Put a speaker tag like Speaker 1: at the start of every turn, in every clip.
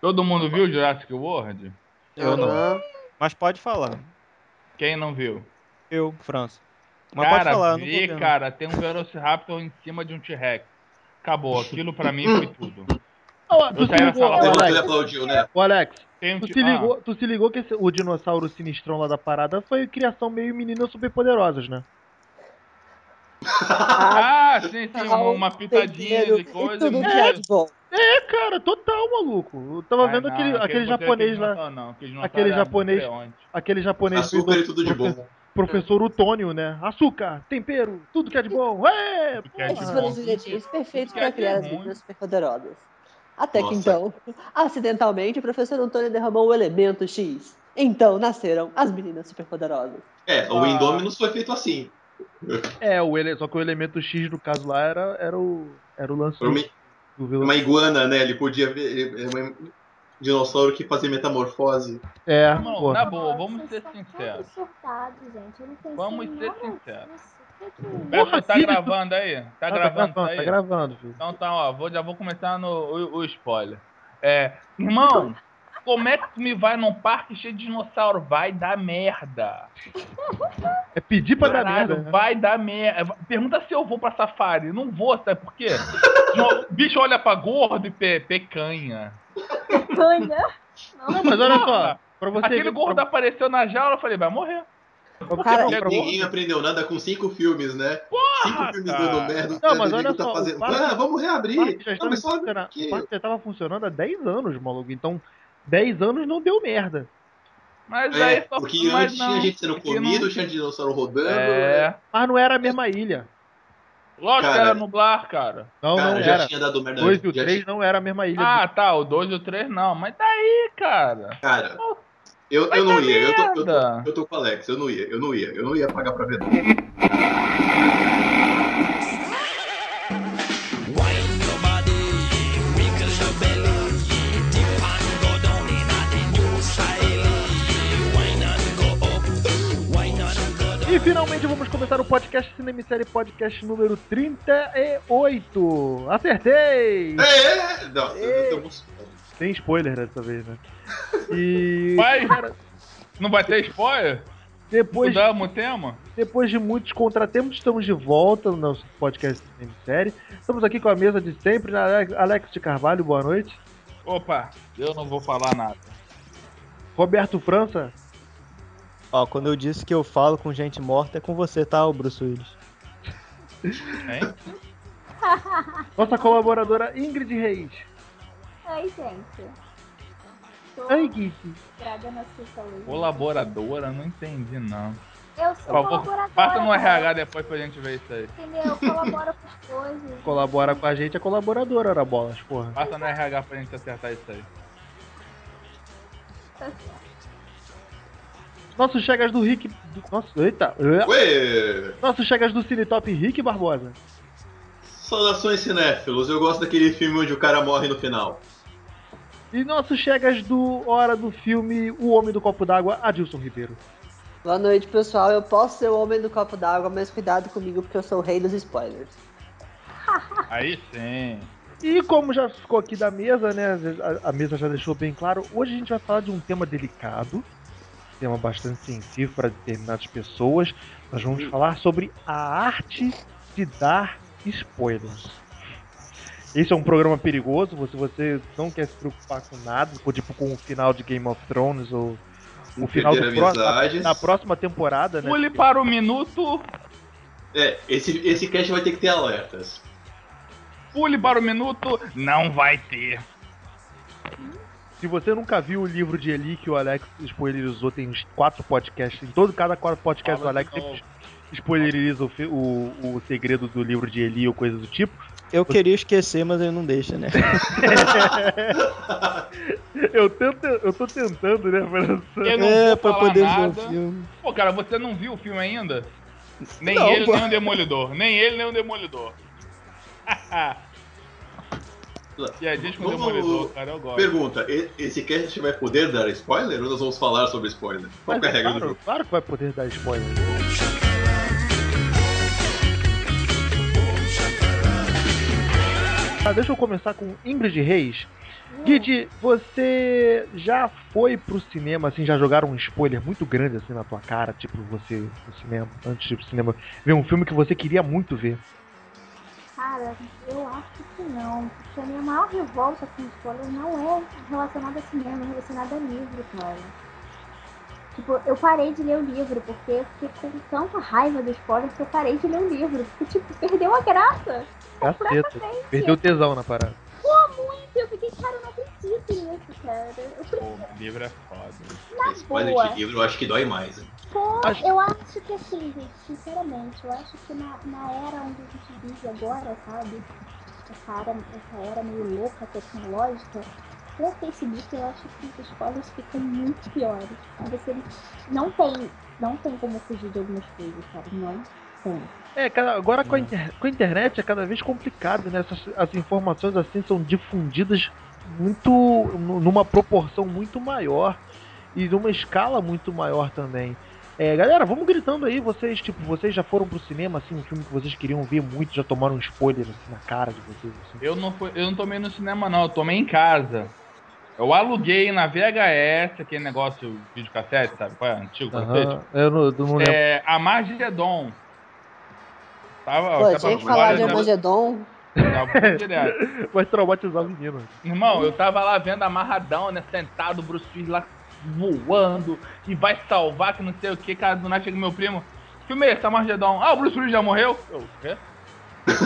Speaker 1: Todo mundo viu Jurassic World?
Speaker 2: Eu não. Mas pode falar.
Speaker 1: Quem não viu?
Speaker 2: Eu, França. Mas
Speaker 1: cara,
Speaker 2: pode falar, eu não tô
Speaker 1: vê,
Speaker 2: vendo.
Speaker 1: cara, tem um Velociraptor em cima de um T-Rex. Acabou, aquilo pra mim foi tudo.
Speaker 3: Ó, tu
Speaker 1: Eu
Speaker 3: se
Speaker 1: saí na
Speaker 3: ligou,
Speaker 1: sala
Speaker 3: ô,
Speaker 1: da-
Speaker 4: Todo mundo
Speaker 3: Alex,
Speaker 4: ele aplaudiu, né?
Speaker 3: ô, Alex,
Speaker 1: Tem um
Speaker 3: tu
Speaker 1: ti-
Speaker 3: se
Speaker 1: ah,
Speaker 3: ligou, tu se ligou que esse- o dinossauro sinistrão lá da parada foi criação meio meninas superpoderosas, né?
Speaker 1: Ah, sim, sim, uma, uma pitadinha de
Speaker 5: Pedreiro
Speaker 1: coisa. um
Speaker 5: E tudo
Speaker 1: mas-
Speaker 5: que é de bom.
Speaker 3: É, cara, total, maluco. Eu tava
Speaker 1: Ai,
Speaker 3: vendo
Speaker 1: não,
Speaker 3: aquele, aquele
Speaker 1: não tem
Speaker 3: japonês
Speaker 1: aquele
Speaker 3: lá.
Speaker 1: dinossauro, não, aquele dinossauro
Speaker 3: aquele
Speaker 1: era
Speaker 3: japonês-
Speaker 1: não sei onde.
Speaker 3: Aquele japonês fez
Speaker 4: Açúcar
Speaker 3: o
Speaker 4: e Tá tudo de bom.
Speaker 3: professor Utônio, né? Açúcar, tempero, tudo que é de bom. É,
Speaker 1: Tudo que é de
Speaker 5: Esses
Speaker 3: porra.
Speaker 5: foram
Speaker 1: bom.
Speaker 5: os objetivos perfeitos
Speaker 1: Que é
Speaker 5: para
Speaker 1: que é
Speaker 5: criar as
Speaker 1: ruim.
Speaker 5: meninas superpoderosas. Até que
Speaker 4: Nossa.
Speaker 5: então, acidentalmente, o professor Antônio derramou o elemento X. Então nasceram as meninas superpoderosas.
Speaker 4: É,
Speaker 3: Ah.
Speaker 4: o Indominus foi feito assim.
Speaker 3: É, o ele... só que o elemento X do caso lá era, era, o... era o lance
Speaker 4: Foi
Speaker 3: do,
Speaker 4: uma,
Speaker 3: do vilão.
Speaker 4: uma iguana, né? Ele podia ver. Ele, é um dinossauro que fazia metamorfose.
Speaker 3: É,
Speaker 1: Não,
Speaker 3: pô.
Speaker 1: na boa, Tá vamos
Speaker 6: Vocês
Speaker 1: ser
Speaker 6: só querem
Speaker 1: sinceros.
Speaker 6: surtado, gente. Eu não pensei
Speaker 1: Vamos
Speaker 6: em
Speaker 1: ser
Speaker 6: nada
Speaker 1: sinceros.
Speaker 6: disso. O é que que-
Speaker 1: Beto, tá
Speaker 3: Cine, tu-
Speaker 1: gravando aí? Tá
Speaker 3: Ah,
Speaker 1: gravando isso
Speaker 3: tá gravando, tá
Speaker 1: aí?
Speaker 3: gravando, filho.
Speaker 1: Então tá, ó, vou, já vou começar no, o, o spoiler. É, irmão, como é que tu me vai num parque cheio de dinossauro? Vai dar merda.
Speaker 3: É pedir pra dar
Speaker 1: Caralho,
Speaker 3: merda. né?
Speaker 1: vai dar merda. É, Pergunta se eu vou pra safari. Não vou, sabe por quê? Dino- bicho olha pra gordo e pe, pecanha.
Speaker 6: Canha.
Speaker 3: Não, mas olha só,
Speaker 1: Porra,
Speaker 3: pra você
Speaker 1: Aquele
Speaker 3: ver-
Speaker 1: gordo
Speaker 3: pra-
Speaker 1: apareceu na jaula, eu falei, vai morrer.
Speaker 3: pra você
Speaker 5: Cara,
Speaker 3: ver-
Speaker 1: é
Speaker 4: Ninguém- Ninguém aprendeu nada com cinco filmes, né? cinco filmes
Speaker 1: cara.
Speaker 4: dando merda.
Speaker 3: Não,
Speaker 4: o
Speaker 3: mas
Speaker 4: nego
Speaker 3: olha
Speaker 4: tá
Speaker 3: só, o
Speaker 4: fazendo.
Speaker 3: parque-
Speaker 4: Ah, vamos
Speaker 3: O parque
Speaker 4: reabrir.
Speaker 3: já
Speaker 4: Não,
Speaker 3: estava
Speaker 4: mas só
Speaker 3: funcionando-
Speaker 4: que-
Speaker 3: o parque já estava funcionando há 10 anos, maluco. Então, 10 anos não deu merda.
Speaker 1: Mas
Speaker 4: É,
Speaker 1: aí só
Speaker 4: porque
Speaker 1: mas
Speaker 4: antes tinha
Speaker 1: não,
Speaker 4: gente sendo
Speaker 1: porque não-
Speaker 4: comido, tinha dinossauro rodando. né?
Speaker 1: É.
Speaker 3: Mas não era a mesma ilha.
Speaker 1: Lógico que
Speaker 4: Cara.
Speaker 1: era nublar, cara.
Speaker 3: Não,
Speaker 4: Cara,
Speaker 3: não
Speaker 4: já
Speaker 3: era.
Speaker 4: tinha dado merda.
Speaker 3: 2 e o
Speaker 4: já
Speaker 3: 3 não era a mesma ilha.
Speaker 1: Ah, tá, o 2 e o 3 não. Mas daí, cara.
Speaker 4: Cara, eu, eu não
Speaker 3: tá
Speaker 1: dar
Speaker 4: ia. Eu tô, eu,
Speaker 1: merda.
Speaker 4: tô, eu tô com o Alex. Eu não ia. Eu não ia. Eu não ia pagar pra ver. não.
Speaker 3: E finalmente vamos começar o podcast Cinema e Série Podcast número 38. Acertei!
Speaker 4: É, é, é. Não, eu tô emocionado.
Speaker 3: Tem spoiler dessa vez, né? E
Speaker 1: Vai. Não vai ter spoiler?
Speaker 3: depois,
Speaker 1: Mudamos o tema?
Speaker 3: depois de muitos contratempos, estamos de volta no nosso podcast Cinema e Série. Estamos aqui com a mesa de sempre, né? Alex- Alex de Carvalho, boa noite.
Speaker 1: Opa, eu não vou falar nada.
Speaker 3: Roberto França,
Speaker 2: Ó, quando eu disse que eu falo com gente morta, é com você, tá, ô Bruce Willis?
Speaker 1: Hein?
Speaker 3: nossa colaboradora Ingrid Reis.
Speaker 6: Oi, gente. Tô
Speaker 3: Ai, Geek.
Speaker 6: graga na suta hoje.
Speaker 1: Colaboradora, não entendi, não.
Speaker 6: Eu sou
Speaker 1: Por favor,
Speaker 6: colaboradora.
Speaker 1: Passa no
Speaker 6: cara,
Speaker 1: RH depois pra gente ver isso aí.
Speaker 6: Entendeu? Eu colaboro com as coisas.
Speaker 3: Colabora com a gente, é colaboradora, era bolas, porra.
Speaker 1: Passa no RH pra gente acertar isso aí.
Speaker 3: Nosso Chegas do Rick. Do, nossa, eita.
Speaker 4: Ué!
Speaker 3: Nosso Chegas do Cine Top Rick Barbosa.
Speaker 4: Saudações cinéfilos. Eu gosto daquele filme onde o cara morre no final.
Speaker 3: E nosso Chegas do Hora do Filme O Homem do Copo d'Água, Adilson Ribeiro.
Speaker 5: Boa noite, pessoal. Eu posso ser o homem do copo d'água, mas cuidado comigo porque eu sou o rei dos spoilers.
Speaker 1: Aí sim.
Speaker 3: E como já ficou aqui da mesa, né? A, a mesa já deixou bem claro. Hoje a gente vai falar de um tema delicado, um tema bastante sensível para determinadas pessoas. Nós vamos falar sobre a arte de dar spoilers. Esse é um programa perigoso. Se você não quer se preocupar com nada, com, tipo com o final de Game of Thrones ou o final do
Speaker 4: Perder
Speaker 3: próximo,
Speaker 4: amizades.
Speaker 3: da próxima temporada, né?
Speaker 1: Pule para o minuto.
Speaker 4: É, esse, esse cast vai ter que ter alertas.
Speaker 1: Pule para o minuto. Não vai ter.
Speaker 3: Se você nunca viu o livro de Eli que o Alex spoilerizou, tem uns quatro podcasts. Em todo cada quatro podcasts o
Speaker 1: Fala de
Speaker 3: Alex sempre spoileriza o, fi- o, o segredo do livro de Eli ou coisa do tipo.
Speaker 2: Eu queria esquecer, mas ele não deixa, né?
Speaker 3: Eu, tento, eu tô tentando, né, França?
Speaker 1: Eu não
Speaker 2: é,
Speaker 1: vou
Speaker 2: pra
Speaker 1: falar
Speaker 2: poder
Speaker 1: nada.
Speaker 2: ver o filme.
Speaker 1: Pô, cara, você não viu o filme ainda? Nem
Speaker 2: Não,
Speaker 1: ele,
Speaker 2: pô.
Speaker 1: nem o Demolidor. Nem ele, nem o Demolidor. Piadinha com o
Speaker 4: Vamos-
Speaker 1: Demolidor, cara, eu gosto.
Speaker 4: Pergunta: e- esse cast vai poder dar spoiler ou nós vamos falar sobre spoiler? Qual
Speaker 3: Mas
Speaker 4: que é a
Speaker 3: é
Speaker 4: regra do
Speaker 3: claro,
Speaker 4: jogo?
Speaker 3: claro que vai poder dar spoiler. Ah, deixa eu começar com Ingrid Reis. Didi, você já foi pro cinema, assim, já jogaram um spoiler muito grande assim na tua cara, tipo, você no cinema, antes de ir pro cinema, ver um filme que você queria muito ver.
Speaker 6: Cara, eu acho que não. Porque a minha maior revolta com spoiler não é relacionada a cinema, é relacionada a livro, cara. Tipo, eu parei de ler o livro, porque eu fiquei com tanta raiva do spoiler que eu parei de ler o livro. Porque, tipo, perdeu a graça.
Speaker 3: Caceta.
Speaker 6: Completamente.
Speaker 3: Perdeu tesão na parada.
Speaker 6: Eu fiquei, cara, eu não acredito nisso, cara. Eu preciso
Speaker 1: Pô, o livro é foda.
Speaker 3: Tá
Speaker 4: Esse spoiler de livro eu acho que dói mais. hein?
Speaker 6: Pô,
Speaker 3: Acho-
Speaker 6: eu acho que assim, gente, sinceramente, eu acho que na, na era onde a gente vive agora, sabe? Essa era, essa era meio louca, tecnológica, pra ter esse disco, eu acho que os spoilers ficam muito piores. Então, Você não tem, não tem como fugir de algumas coisas, sabe? Não tem.
Speaker 3: É, cara, agora com a, inter- com a internet é cada vez complicado, né? Essas, as informações assim são difundidas muito nu- numa proporção muito maior e numa escala muito maior também. É, galera, vamos gritando aí, vocês, tipo, vocês já foram pro cinema, assim, um filme que vocês queriam ver muito, já tomaram um spoiler assim, na cara de vocês, assim.
Speaker 1: Eu não, fui, eu não tomei no cinema, não. Eu tomei em casa. Eu aluguei na VHS, aquele negócio videocassete, sabe? Qual é? Antigo, cacete.
Speaker 3: Aham, eu não, eu não lembro.
Speaker 1: É, a Magedon. Tava,
Speaker 5: Pô,
Speaker 1: tava-
Speaker 5: tinha que
Speaker 4: tá bom,
Speaker 5: falar
Speaker 4: agora
Speaker 5: de
Speaker 4: já-
Speaker 5: Armagedon.
Speaker 1: tava direto.
Speaker 3: Vai traumatizar o menino.
Speaker 1: Irmão, eu tava lá vendo amarradão, né? Sentado, o Bruce Willis lá voando e vai salvar, que não sei o que, cara. Do nada chega meu primo. Filme esse, Amargedão. Ah, o Bruce Willis já morreu? Eu, quê?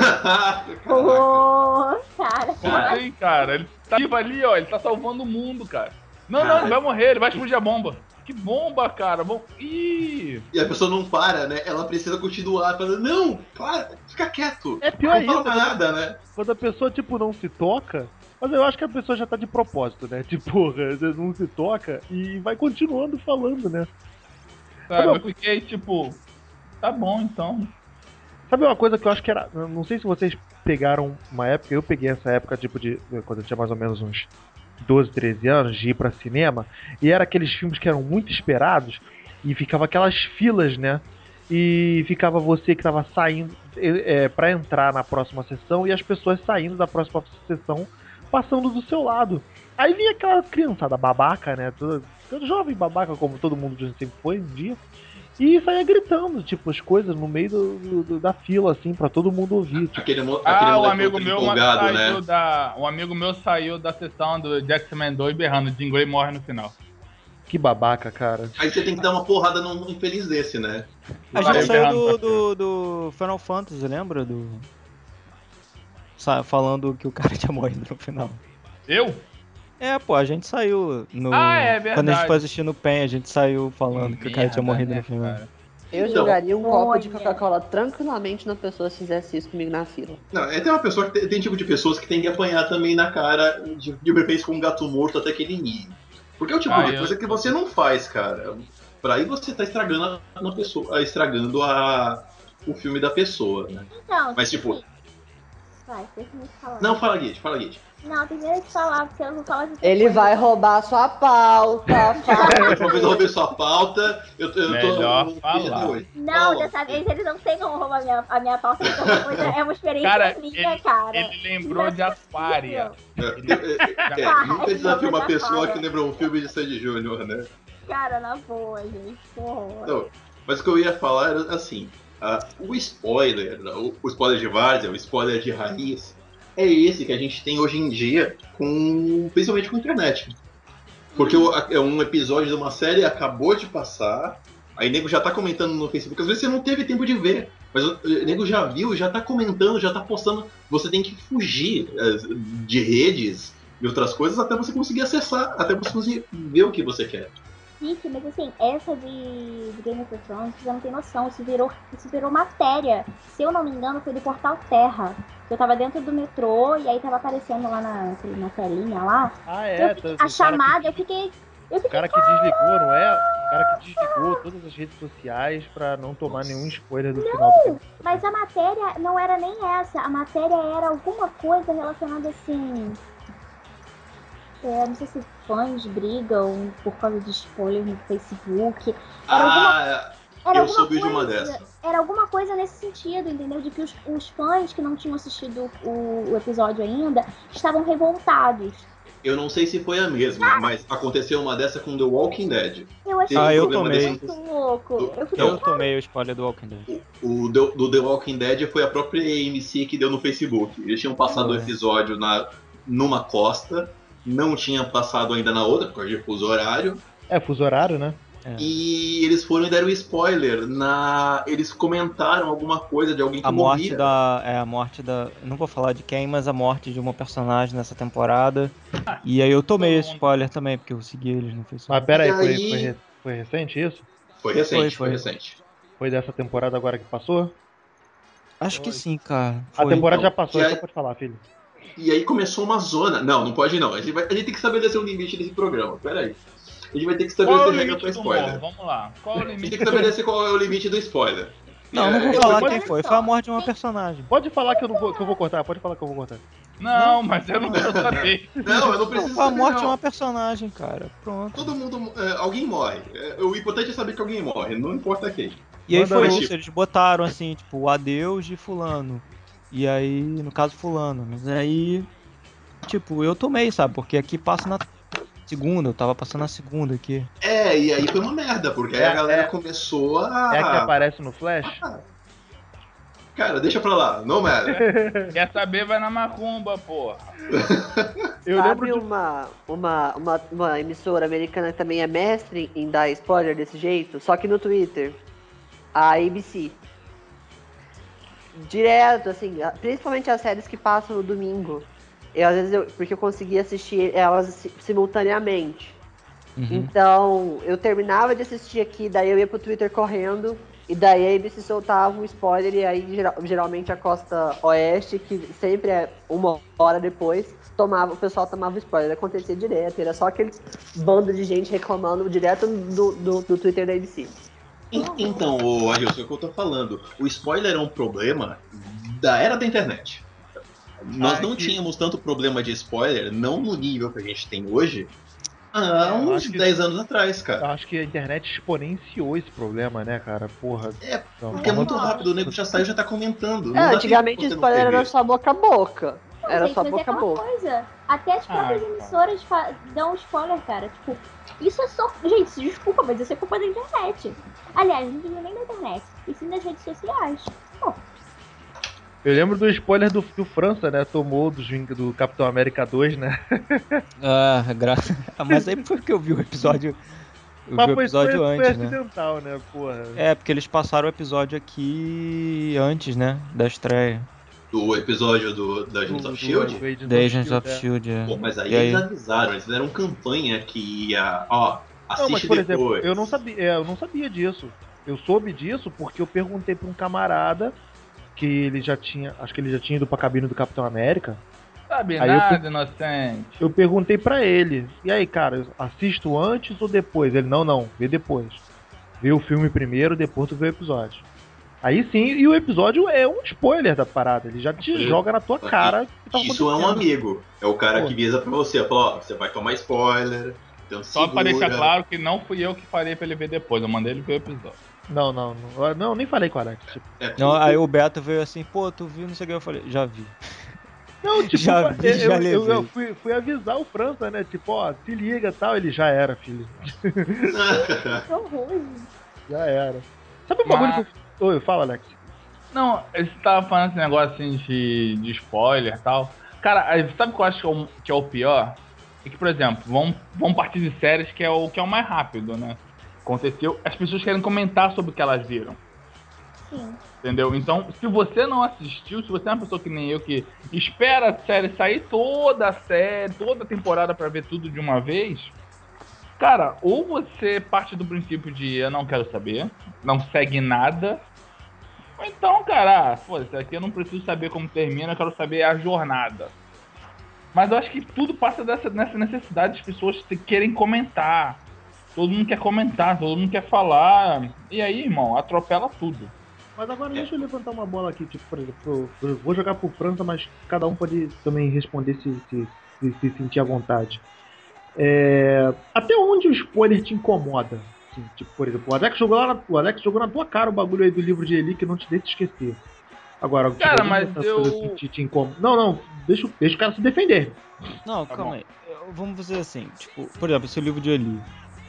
Speaker 4: Caraca.
Speaker 6: Ô, cara.
Speaker 1: Como assim, cara? Ele tá vivo ali, ó. Ele tá salvando o mundo, cara. Não, não, ele vai morrer, ele vai explodir a bomba. Que bomba, cara. Bom... Ih!
Speaker 4: E a pessoa não para, né? Ela precisa continuar falando, não, para, fica quieto.
Speaker 3: É pior
Speaker 4: não fala
Speaker 3: ainda,
Speaker 4: nada, né?
Speaker 3: quando a pessoa, tipo, não se toca, mas eu acho que a pessoa já tá de propósito, né? Tipo, às vezes não se toca e vai continuando falando, né?
Speaker 2: Tá
Speaker 1: Sabe,
Speaker 3: Não.
Speaker 1: eu fiquei tipo. Tá bom, então.
Speaker 3: Sabe uma coisa que eu acho que era. eu Não sei se vocês pegaram uma época, eu peguei essa época, tipo, de. Quando eu tinha mais ou menos uns 12, 13 anos, de ir pra cinema, e era aqueles filmes que eram muito esperados, e ficava aquelas filas, né? E ficava você que tava saindo é, é, para entrar na próxima sessão e as pessoas saindo da próxima sessão passando do seu lado. Aí vinha aquela criançada babaca, né? Toda, toda jovem babaca, como todo mundo sempre foi um dia. E saía gritando, tipo, as coisas no meio do- do- do- da fila, assim, pra todo mundo ouvir. Tipo,
Speaker 4: Aquele, mo aquele
Speaker 1: Ah, o
Speaker 4: moleque
Speaker 1: amigo
Speaker 4: todo
Speaker 1: meu
Speaker 4: empolgado,
Speaker 1: saiu
Speaker 4: né?
Speaker 1: da. Um amigo meu saiu da sessão do Jackson 2 berrando. Jingle e morre no final.
Speaker 3: que babaca, cara.
Speaker 4: Aí você tem que dar uma porrada num infeliz desse, né?
Speaker 2: A
Speaker 1: Vai,
Speaker 2: gente
Speaker 1: eu
Speaker 2: saiu
Speaker 1: errado
Speaker 2: do,
Speaker 1: pra
Speaker 2: do, do Final Fantasy, lembra? Do. Sa- Falando que o cara tinha morrido no final.
Speaker 1: Eu?
Speaker 2: É, pô, a gente saiu no.
Speaker 1: Ah, é
Speaker 2: Quando a gente
Speaker 1: verdade.
Speaker 2: foi assistir no PEN, a gente saiu falando que o cara tinha morrido
Speaker 1: né,
Speaker 2: no final.
Speaker 5: Eu
Speaker 4: Então,
Speaker 5: jogaria um copo de
Speaker 6: olha.
Speaker 5: Coca-Cola tranquilamente na pessoa se fizesse isso comigo na fila.
Speaker 4: Não, é, tem uma pessoa que tem, tem tipo de pessoas que tem que apanhar também na cara de, de bebês com um gato morto até que ele nie. Porque é o tipo
Speaker 1: Ah,
Speaker 4: de
Speaker 1: eu-
Speaker 4: coisa que você não faz, cara. Pra aí você tá estragando a, na pessoa, a- estragando a, o filme da pessoa, né?
Speaker 6: Então,
Speaker 4: Mas, tipo-
Speaker 6: Vai, termina de falar.
Speaker 4: Não, fala Git, fala Git.
Speaker 6: Não, termina de falar, porque eu não falar de outra
Speaker 5: Ele
Speaker 6: coisa.
Speaker 5: vai roubar a sua pauta,
Speaker 4: A
Speaker 5: fala.
Speaker 4: última vez eu roubei sua pauta, eu, eu
Speaker 1: Melhor
Speaker 4: tô. eu-
Speaker 1: falar.
Speaker 4: hoje.
Speaker 6: Não,
Speaker 4: Fala.
Speaker 6: dessa vez eles não tem como roubar minha, a minha pauta, porque é uma coisa- é uma experiência
Speaker 1: Cara,
Speaker 6: minha,
Speaker 1: ele-
Speaker 6: cara.
Speaker 1: Ele lembrou de Aquária.
Speaker 4: É, é, é, nunca desafio uma pessoa que lembrou um filme de Sandy Júnior, né?
Speaker 6: Cara, na boa, gente. Porra.
Speaker 4: Não, Então, mas o que eu ia falar era assim: ah, o spoiler, né, o, o spoiler de várzea, o spoiler de raiz, é esse que a gente tem hoje em dia, com, principalmente com a internet. Porque o- a- é um episódio de uma série acabou de passar, aí nego já tá comentando no Facebook, às vezes você não teve tempo de ver. Mas o o nego já viu, já tá comentando, já tá postando. Você tem que fugir eh, de redes e outras coisas até você conseguir acessar, até você conseguir ver o que você quer.
Speaker 6: Gente, mas assim, essa de, de Game of Thrones, vocês não tem noção, isso virou, isso virou matéria. Se eu não me engano, foi do Portal Terra. Eu tava dentro do metrô e aí tava aparecendo lá na, na telinha lá.
Speaker 3: Ah,
Speaker 6: Eu fiquei- a chamada, é eu fiquei. Eu
Speaker 3: O
Speaker 6: fiquei.
Speaker 3: cara que desligou, não é? O cara que desligou todas as redes sociais pra não tomar nenhum spoiler do final do filme.
Speaker 6: Mas a matéria não era nem essa. A matéria era alguma coisa relacionada assim. É, não sei se fãs brigam por causa de spoiler no Facebook. Era
Speaker 4: Ah,
Speaker 6: Era
Speaker 4: eu
Speaker 6: alguma
Speaker 4: soube de uma
Speaker 6: coisa-
Speaker 4: dessas.
Speaker 6: era alguma coisa nesse sentido, entendeu? De que os, os fãs que não tinham assistido o, o episódio ainda estavam revoltados.
Speaker 4: Eu não sei se foi a mesma,
Speaker 1: Ah!
Speaker 4: mas aconteceu uma dessa com The Walking Dead.
Speaker 6: Eu achei
Speaker 4: um
Speaker 2: Ah, eu
Speaker 6: isso
Speaker 2: tomei.
Speaker 6: muito louco. Eu fiquei
Speaker 4: Então,
Speaker 2: Eu tomei o spoiler do Walking Dead.
Speaker 4: O The- do The Walking Dead foi a própria AMC que deu no Facebook. Eles tinham passado o episódio na, numa costa, não tinha passado ainda na outra, por causa de fuso horário.
Speaker 3: É, fuso horário, né?
Speaker 2: É.
Speaker 4: E eles foram e deram spoiler. Na... Eles comentaram alguma coisa de alguém que
Speaker 2: A morte
Speaker 4: morria.
Speaker 2: da. É, a morte da. Não vou falar de quem, mas a morte de uma personagem nessa temporada.
Speaker 4: Ah,
Speaker 2: E aí eu
Speaker 4: então
Speaker 2: tomei esse spoiler também, porque eu segui eles no
Speaker 3: Mas
Speaker 2: Facebook.
Speaker 3: peraí,
Speaker 4: E
Speaker 3: foi,
Speaker 4: aí-
Speaker 3: foi, re- foi recente isso?
Speaker 4: Foi recente,
Speaker 2: Foi,
Speaker 4: foi,
Speaker 2: foi.
Speaker 4: recente.
Speaker 3: Foi dessa temporada agora que passou?
Speaker 2: Acho que sim, cara.
Speaker 3: A
Speaker 2: Foi.
Speaker 3: temporada
Speaker 4: então.
Speaker 3: já passou,
Speaker 4: E
Speaker 3: então
Speaker 4: aí-
Speaker 3: pode falar, filho.
Speaker 4: E aí começou uma zona. Não, não pode não. A gente, vai- a gente tem que estabelecer um limite desse programa. Peraí. A gente vai ter que
Speaker 1: Qual é o
Speaker 4: estabelecer regra
Speaker 1: limite
Speaker 4: pra
Speaker 1: do humor?
Speaker 4: spoiler.
Speaker 1: Vamos lá. Qual é o
Speaker 4: A gente
Speaker 1: limite
Speaker 4: tem que estabelecer qual é o limite do spoiler.
Speaker 2: Não, não
Speaker 4: É,
Speaker 2: vou falar
Speaker 6: Olha
Speaker 2: quem
Speaker 6: só.
Speaker 2: foi. Foi a morte de uma personagem.
Speaker 3: Pode falar que eu não vou, que eu vou cortar, pode falar que eu vou cortar. É
Speaker 1: Não, mas eu não quero saber.
Speaker 4: Não, eu não preciso
Speaker 2: Foi a
Speaker 4: saber,
Speaker 2: morte
Speaker 5: é
Speaker 2: de
Speaker 4: não.
Speaker 2: uma personagem, cara. Pronto.
Speaker 4: Todo mundo. é, alguém morre. É, o importante é saber que alguém morre, não importa quem.
Speaker 2: E aí
Speaker 3: Manda
Speaker 2: foi
Speaker 4: aí.
Speaker 2: isso, eles botaram assim, tipo, o adeus de fulano. E aí, no caso, fulano. Mas aí, tipo, eu tomei, sabe? Porque aqui passa na segunda, eu tava passando na segunda aqui.
Speaker 4: É, e aí foi uma merda, porque aí
Speaker 3: É,
Speaker 4: a galera
Speaker 3: é.
Speaker 4: começou
Speaker 3: É a que
Speaker 4: a.
Speaker 3: aparece no Flash?
Speaker 4: Cara, deixa pra lá, não merda.
Speaker 1: Quer saber, vai na macumba, porra.
Speaker 3: Eu
Speaker 5: Sabe
Speaker 3: lembro de...
Speaker 5: uma, uma, uma, uma emissora americana que também é mestre em dar spoiler desse jeito, só que no Twitter? A ABC. Direto, assim, a- principalmente as séries que passam no domingo. Eu, às vezes, eu, porque eu consegui assistir elas si- simultaneamente.
Speaker 2: Uhum.
Speaker 5: Então, eu terminava de assistir aqui, daí eu ia pro Twitter correndo, e daí a ABC soltava um spoiler, e aí geral- geralmente a costa oeste, que sempre é uma hora depois, tomava, o pessoal tomava spoiler, acontecia direto, era só aquele bando de gente reclamando direto do, do, do Twitter da ABC.
Speaker 4: En- Então, ô Adilson, é o que eu tô falando. O spoiler é um problema da era da internet. Nós
Speaker 3: Ah,
Speaker 4: não
Speaker 3: que-
Speaker 4: tínhamos tanto problema de spoiler, não no nível que a gente tem hoje, há
Speaker 3: É, eu
Speaker 4: uns
Speaker 3: acho que-
Speaker 4: 10 anos atrás, cara.
Speaker 3: Eu acho que a internet exponenciou esse problema, né, cara? Porra. Então,
Speaker 4: É,
Speaker 3: Não,
Speaker 4: Porque é muito
Speaker 3: não.
Speaker 4: rápido, o nego já saiu e já tá comentando.
Speaker 5: É,
Speaker 4: Não dá
Speaker 5: antigamente o
Speaker 4: tempo pra você não
Speaker 5: spoiler era
Speaker 4: perder.
Speaker 5: só boca a boca.
Speaker 6: Não,
Speaker 5: Era
Speaker 6: gente,
Speaker 5: só
Speaker 6: mas é
Speaker 5: boca a
Speaker 6: aquela
Speaker 5: boca.
Speaker 6: coisa. Até as
Speaker 1: Ai,
Speaker 6: próprias
Speaker 1: cara.
Speaker 6: emissoras fa- dão spoiler, cara. Tipo, isso é só. Gente, desculpa, mas isso é culpa da internet. Aliás, não digo nem da internet, e sim das redes sociais.
Speaker 3: Eu lembro do spoiler do, que o França, né? Tomou do, Ving- do Capitão América 2, né?
Speaker 2: Ah, graças. Mas aí foi porque eu vi o episódio. Eu vi o
Speaker 3: foi,
Speaker 2: episódio
Speaker 3: foi,
Speaker 2: antes,
Speaker 3: foi
Speaker 2: né?
Speaker 3: acidental, né, porra.
Speaker 2: É, porque eles passaram o episódio aqui antes, né? Da estreia.
Speaker 4: Do episódio do, da Agents
Speaker 3: Uhum.
Speaker 4: of Shield?
Speaker 3: do Agents
Speaker 2: Da Agents
Speaker 3: Shield,
Speaker 2: of
Speaker 3: é.
Speaker 2: Shield, é.
Speaker 4: Pô, mas aí,
Speaker 2: E aí?
Speaker 4: eles avisaram, eles fizeram campanha que ia, ó,
Speaker 3: Não, mas
Speaker 4: assiste
Speaker 3: por
Speaker 4: depois.
Speaker 3: exemplo, eu não sabia, é, eu não sabia disso. Eu soube disso porque eu perguntei pra um camarada que ele já tinha, acho que ele já tinha ido pra cabine do Capitão América.
Speaker 1: Sabe
Speaker 3: Aí eu
Speaker 1: nada, inocente.
Speaker 3: Eu perguntei pra ele, e aí, cara, eu assisto antes ou depois? Ele, não, não, vê depois. Vê o filme primeiro, depois tu vê o episódio. Aí sim, e o episódio é um spoiler da parada, ele já te
Speaker 4: Sim.
Speaker 3: joga na tua cara. o que tá
Speaker 4: Isso é um
Speaker 3: acontecendo.
Speaker 4: amigo. É o cara
Speaker 3: Pô.
Speaker 4: que visa pra você, fala, ó, você vai tomar spoiler, então
Speaker 1: Só
Speaker 4: segura.
Speaker 1: pra deixar claro que não fui eu que falei pra ele ver depois, eu mandei ele ver o episódio.
Speaker 3: Não, não, não, eu- não, nem falei com o Alex. Tipo,
Speaker 4: É,
Speaker 2: Não, aí o Beto veio assim, pô, tu viu, não sei o que, eu falei, já vi.
Speaker 3: Não, tipo,
Speaker 2: Já vi,
Speaker 3: eu,
Speaker 2: já
Speaker 3: eu- eu- eu
Speaker 2: levei.
Speaker 3: fui, fui avisar o França, né? Tipo, ó, se liga e tal. Ele já era, filho.
Speaker 6: Que horror, gente.
Speaker 3: Já era. Sabe o bagulho
Speaker 1: Mas-
Speaker 3: que eu. Oi, fala, Alex.
Speaker 1: Não, você tava falando esse negócio assim de, de spoiler e tal. Cara, aí, sabe o que eu acho que é o, que é o pior? É que, por exemplo, vamos, vamos partir de séries que é o que é o mais rápido, né? Aconteceu, as pessoas querem comentar sobre o que elas viram.
Speaker 6: Sim.
Speaker 1: Entendeu? Então, se você não assistiu, se você é uma pessoa que nem eu, que espera a série sair toda a série, toda a temporada pra ver tudo de uma vez, cara, ou você parte do princípio de eu não quero saber, não segue nada, ou então, cara, ah, pô, isso aqui eu não preciso saber como termina, eu quero saber a jornada. Mas eu acho que tudo passa dessa, nessa necessidade de pessoas te- querem comentar. Todo mundo quer comentar, todo mundo quer falar. E aí, irmão, atropela tudo.
Speaker 3: Mas agora deixa eu levantar uma bola aqui, tipo, por exemplo, pro- pro- vou jogar pro França, mas cada um pode também responder se se, se, se sentir à vontade. É, até onde o spoiler te incomoda? Assim, tipo, por exemplo, o Alex, jogou lá na, o Alex jogou na tua cara o bagulho aí do livro de Eli que não te deixa esquecer. Agora,
Speaker 1: Cara,
Speaker 3: algumas
Speaker 1: mas
Speaker 3: coisas assim
Speaker 1: eu-
Speaker 3: que te- te incom- Não, não, deixa, o- deixa o cara se defender.
Speaker 2: Não,
Speaker 1: Tá bom.
Speaker 2: calma aí. Eu- Vamos dizer assim, tipo, por exemplo, esse livro de Eli.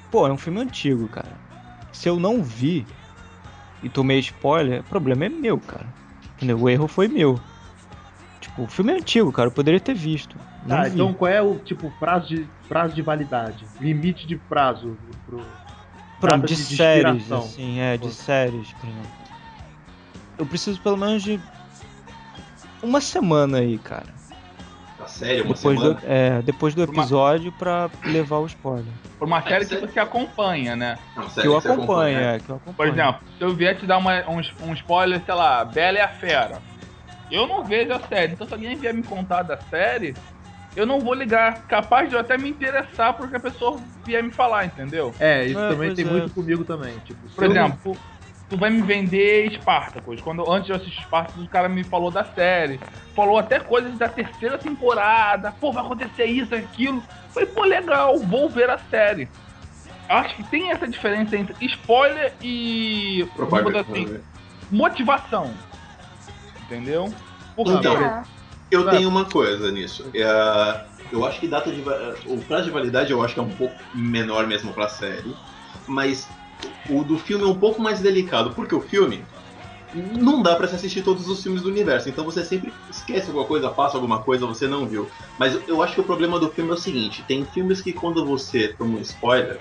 Speaker 2: Pô, é um filme antigo, cara. Se eu não vi e tomei spoiler, o problema é meu, cara. Entendeu? O erro foi meu. Tipo, o filme é antigo, cara. Eu poderia ter visto. Não
Speaker 3: Tá,
Speaker 2: vi.
Speaker 3: então qual é o tipo prazo de, prazo de validade? Limite de prazo pro.
Speaker 2: Por exemplo,
Speaker 3: data
Speaker 2: de,
Speaker 3: de
Speaker 2: séries,
Speaker 3: inspiração.
Speaker 2: assim, é,
Speaker 3: Pô.
Speaker 2: de séries, por exemplo. Eu preciso pelo menos de uma semana aí, cara.
Speaker 4: Tá sério, uma
Speaker 2: Depois do,
Speaker 4: semana?
Speaker 2: é, depois do
Speaker 1: Uma-
Speaker 2: episódio pra levar o spoiler.
Speaker 1: Por uma série que
Speaker 4: sério?
Speaker 1: você acompanha, né?
Speaker 4: Não,
Speaker 2: Que
Speaker 4: sério,
Speaker 2: eu
Speaker 4: você acompanha.
Speaker 2: acompanho, é, que eu acompanho.
Speaker 1: Por exemplo, se eu vier te dar uma- um, um spoiler, sei lá, Bela e a Fera. Eu não vejo a série, então se alguém vier me contar da série, eu não vou ligar. Capaz de eu até me interessar por que a pessoa vier me falar, entendeu?
Speaker 3: É, isso
Speaker 2: É,
Speaker 3: também
Speaker 2: pois
Speaker 3: tem
Speaker 2: é.
Speaker 3: muito comigo também. Tipo, se
Speaker 1: Por
Speaker 3: eu-
Speaker 1: exemplo, tu vai me vender Spartacus. Quando antes de eu assistir Spartacus, o cara me falou da série. Falou até coisas da terceira temporada. Pô, vai acontecer isso, aquilo. Falei, pô, legal, vou ver a série. Acho que tem essa diferença entre spoiler e. vamos botar
Speaker 4: Propaganda.
Speaker 1: assim, motivação. Entendeu? Porque
Speaker 3: Então,
Speaker 6: Ah,
Speaker 4: Eu
Speaker 3: Ah.
Speaker 4: tenho uma coisa nisso. É, eu acho que data de va- o prazo de validade eu acho que é um pouco menor mesmo pra série, mas o do filme é um pouco mais delicado, porque o filme não dá pra se assistir todos os filmes do universo, então você sempre esquece alguma coisa, passa alguma coisa, você não viu. Mas eu acho que o problema do filme é o seguinte, tem filmes que quando você toma um spoiler,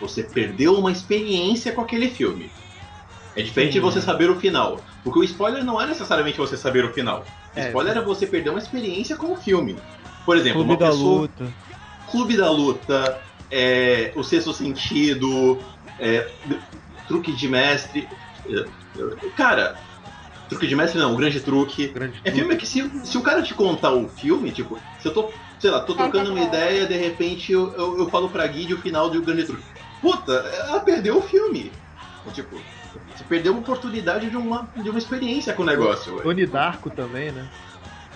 Speaker 4: você perdeu uma experiência com aquele filme. É diferente de você saber o final, porque o spoiler não é necessariamente você saber o final.
Speaker 3: É,
Speaker 4: Spoiler é você perder uma experiência com o filme. Por exemplo,
Speaker 2: Clube
Speaker 4: uma
Speaker 2: da
Speaker 4: pessoa,
Speaker 2: Luta.
Speaker 4: Clube da Luta, é, O Sexto Sentido, é, Truque de Mestre. é, é, Cara, Truque de Mestre não, O Grande Truque.
Speaker 3: grande
Speaker 4: É filme que se, se o cara te contar o filme, tipo, se eu tô, sei lá, tô trocando uma ideia, de repente eu, eu, eu falo pra Guide o final do Grande Truque. Puta, ela perdeu o filme. Tipo, você perdeu uma oportunidade de uma, de uma experiência com o negócio. ué.
Speaker 3: Tony Darko também, né?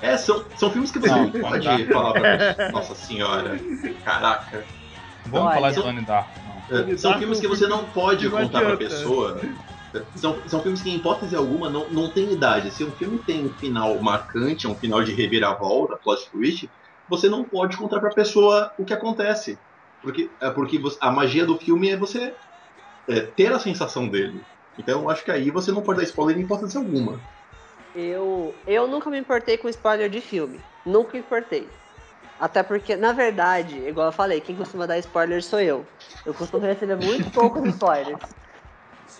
Speaker 4: É, são, são filmes que você
Speaker 1: Não,
Speaker 4: não,
Speaker 1: não
Speaker 4: pode
Speaker 1: dá.
Speaker 4: falar pra pessoa. Nossa senhora, caraca.
Speaker 1: vamos
Speaker 5: Olha,
Speaker 1: falar de então.
Speaker 4: eu-
Speaker 1: Donnie Darko. não.
Speaker 4: É, São filmes que você não pode
Speaker 3: Não
Speaker 4: contar pra
Speaker 3: adianta.
Speaker 4: pessoa. São, são filmes que, em hipótese alguma, não, não tem idade. Se um filme tem um final marcante, um final de reviravolta, plot twist, você não pode contar pra pessoa o que acontece. Porque, é porque você- a magia do filme é você é, ter a sensação dele. Então, eu acho que aí você não pode dar spoiler em hipótese alguma.
Speaker 5: Eu, eu nunca me importei com spoiler de filme. Nunca me importei. Até porque, na verdade, igual eu falei, quem costuma dar spoiler sou eu. Eu costumo receber muito poucos spoilers.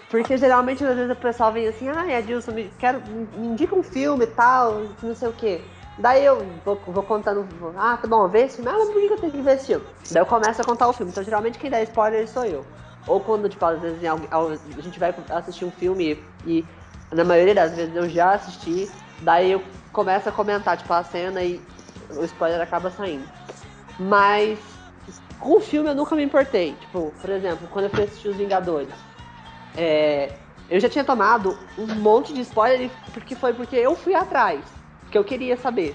Speaker 5: Porque geralmente, às vezes, o pessoal vem assim, ah, Adilson, me, quero, me me indica um filme e tal, não sei o quê. Daí eu vou, vou contando, vou, ah, tá bom, vê esse filme, ah, mas por que eu tenho que ver esse filme? Daí eu começo a contar o filme. Então, geralmente, quem dá spoiler sou eu. Ou quando, tipo, às vezes, em alguém- a gente vai assistir um filme e e na maioria das vezes eu já assisti, daí eu começo a comentar, tipo, a cena e o spoiler acaba saindo. Mas com o filme eu nunca me importei. Tipo, por exemplo, quando eu fui assistir Os Vingadores, é, eu já tinha tomado um monte de spoiler e- porque foi porque eu fui atrás, que eu queria saber.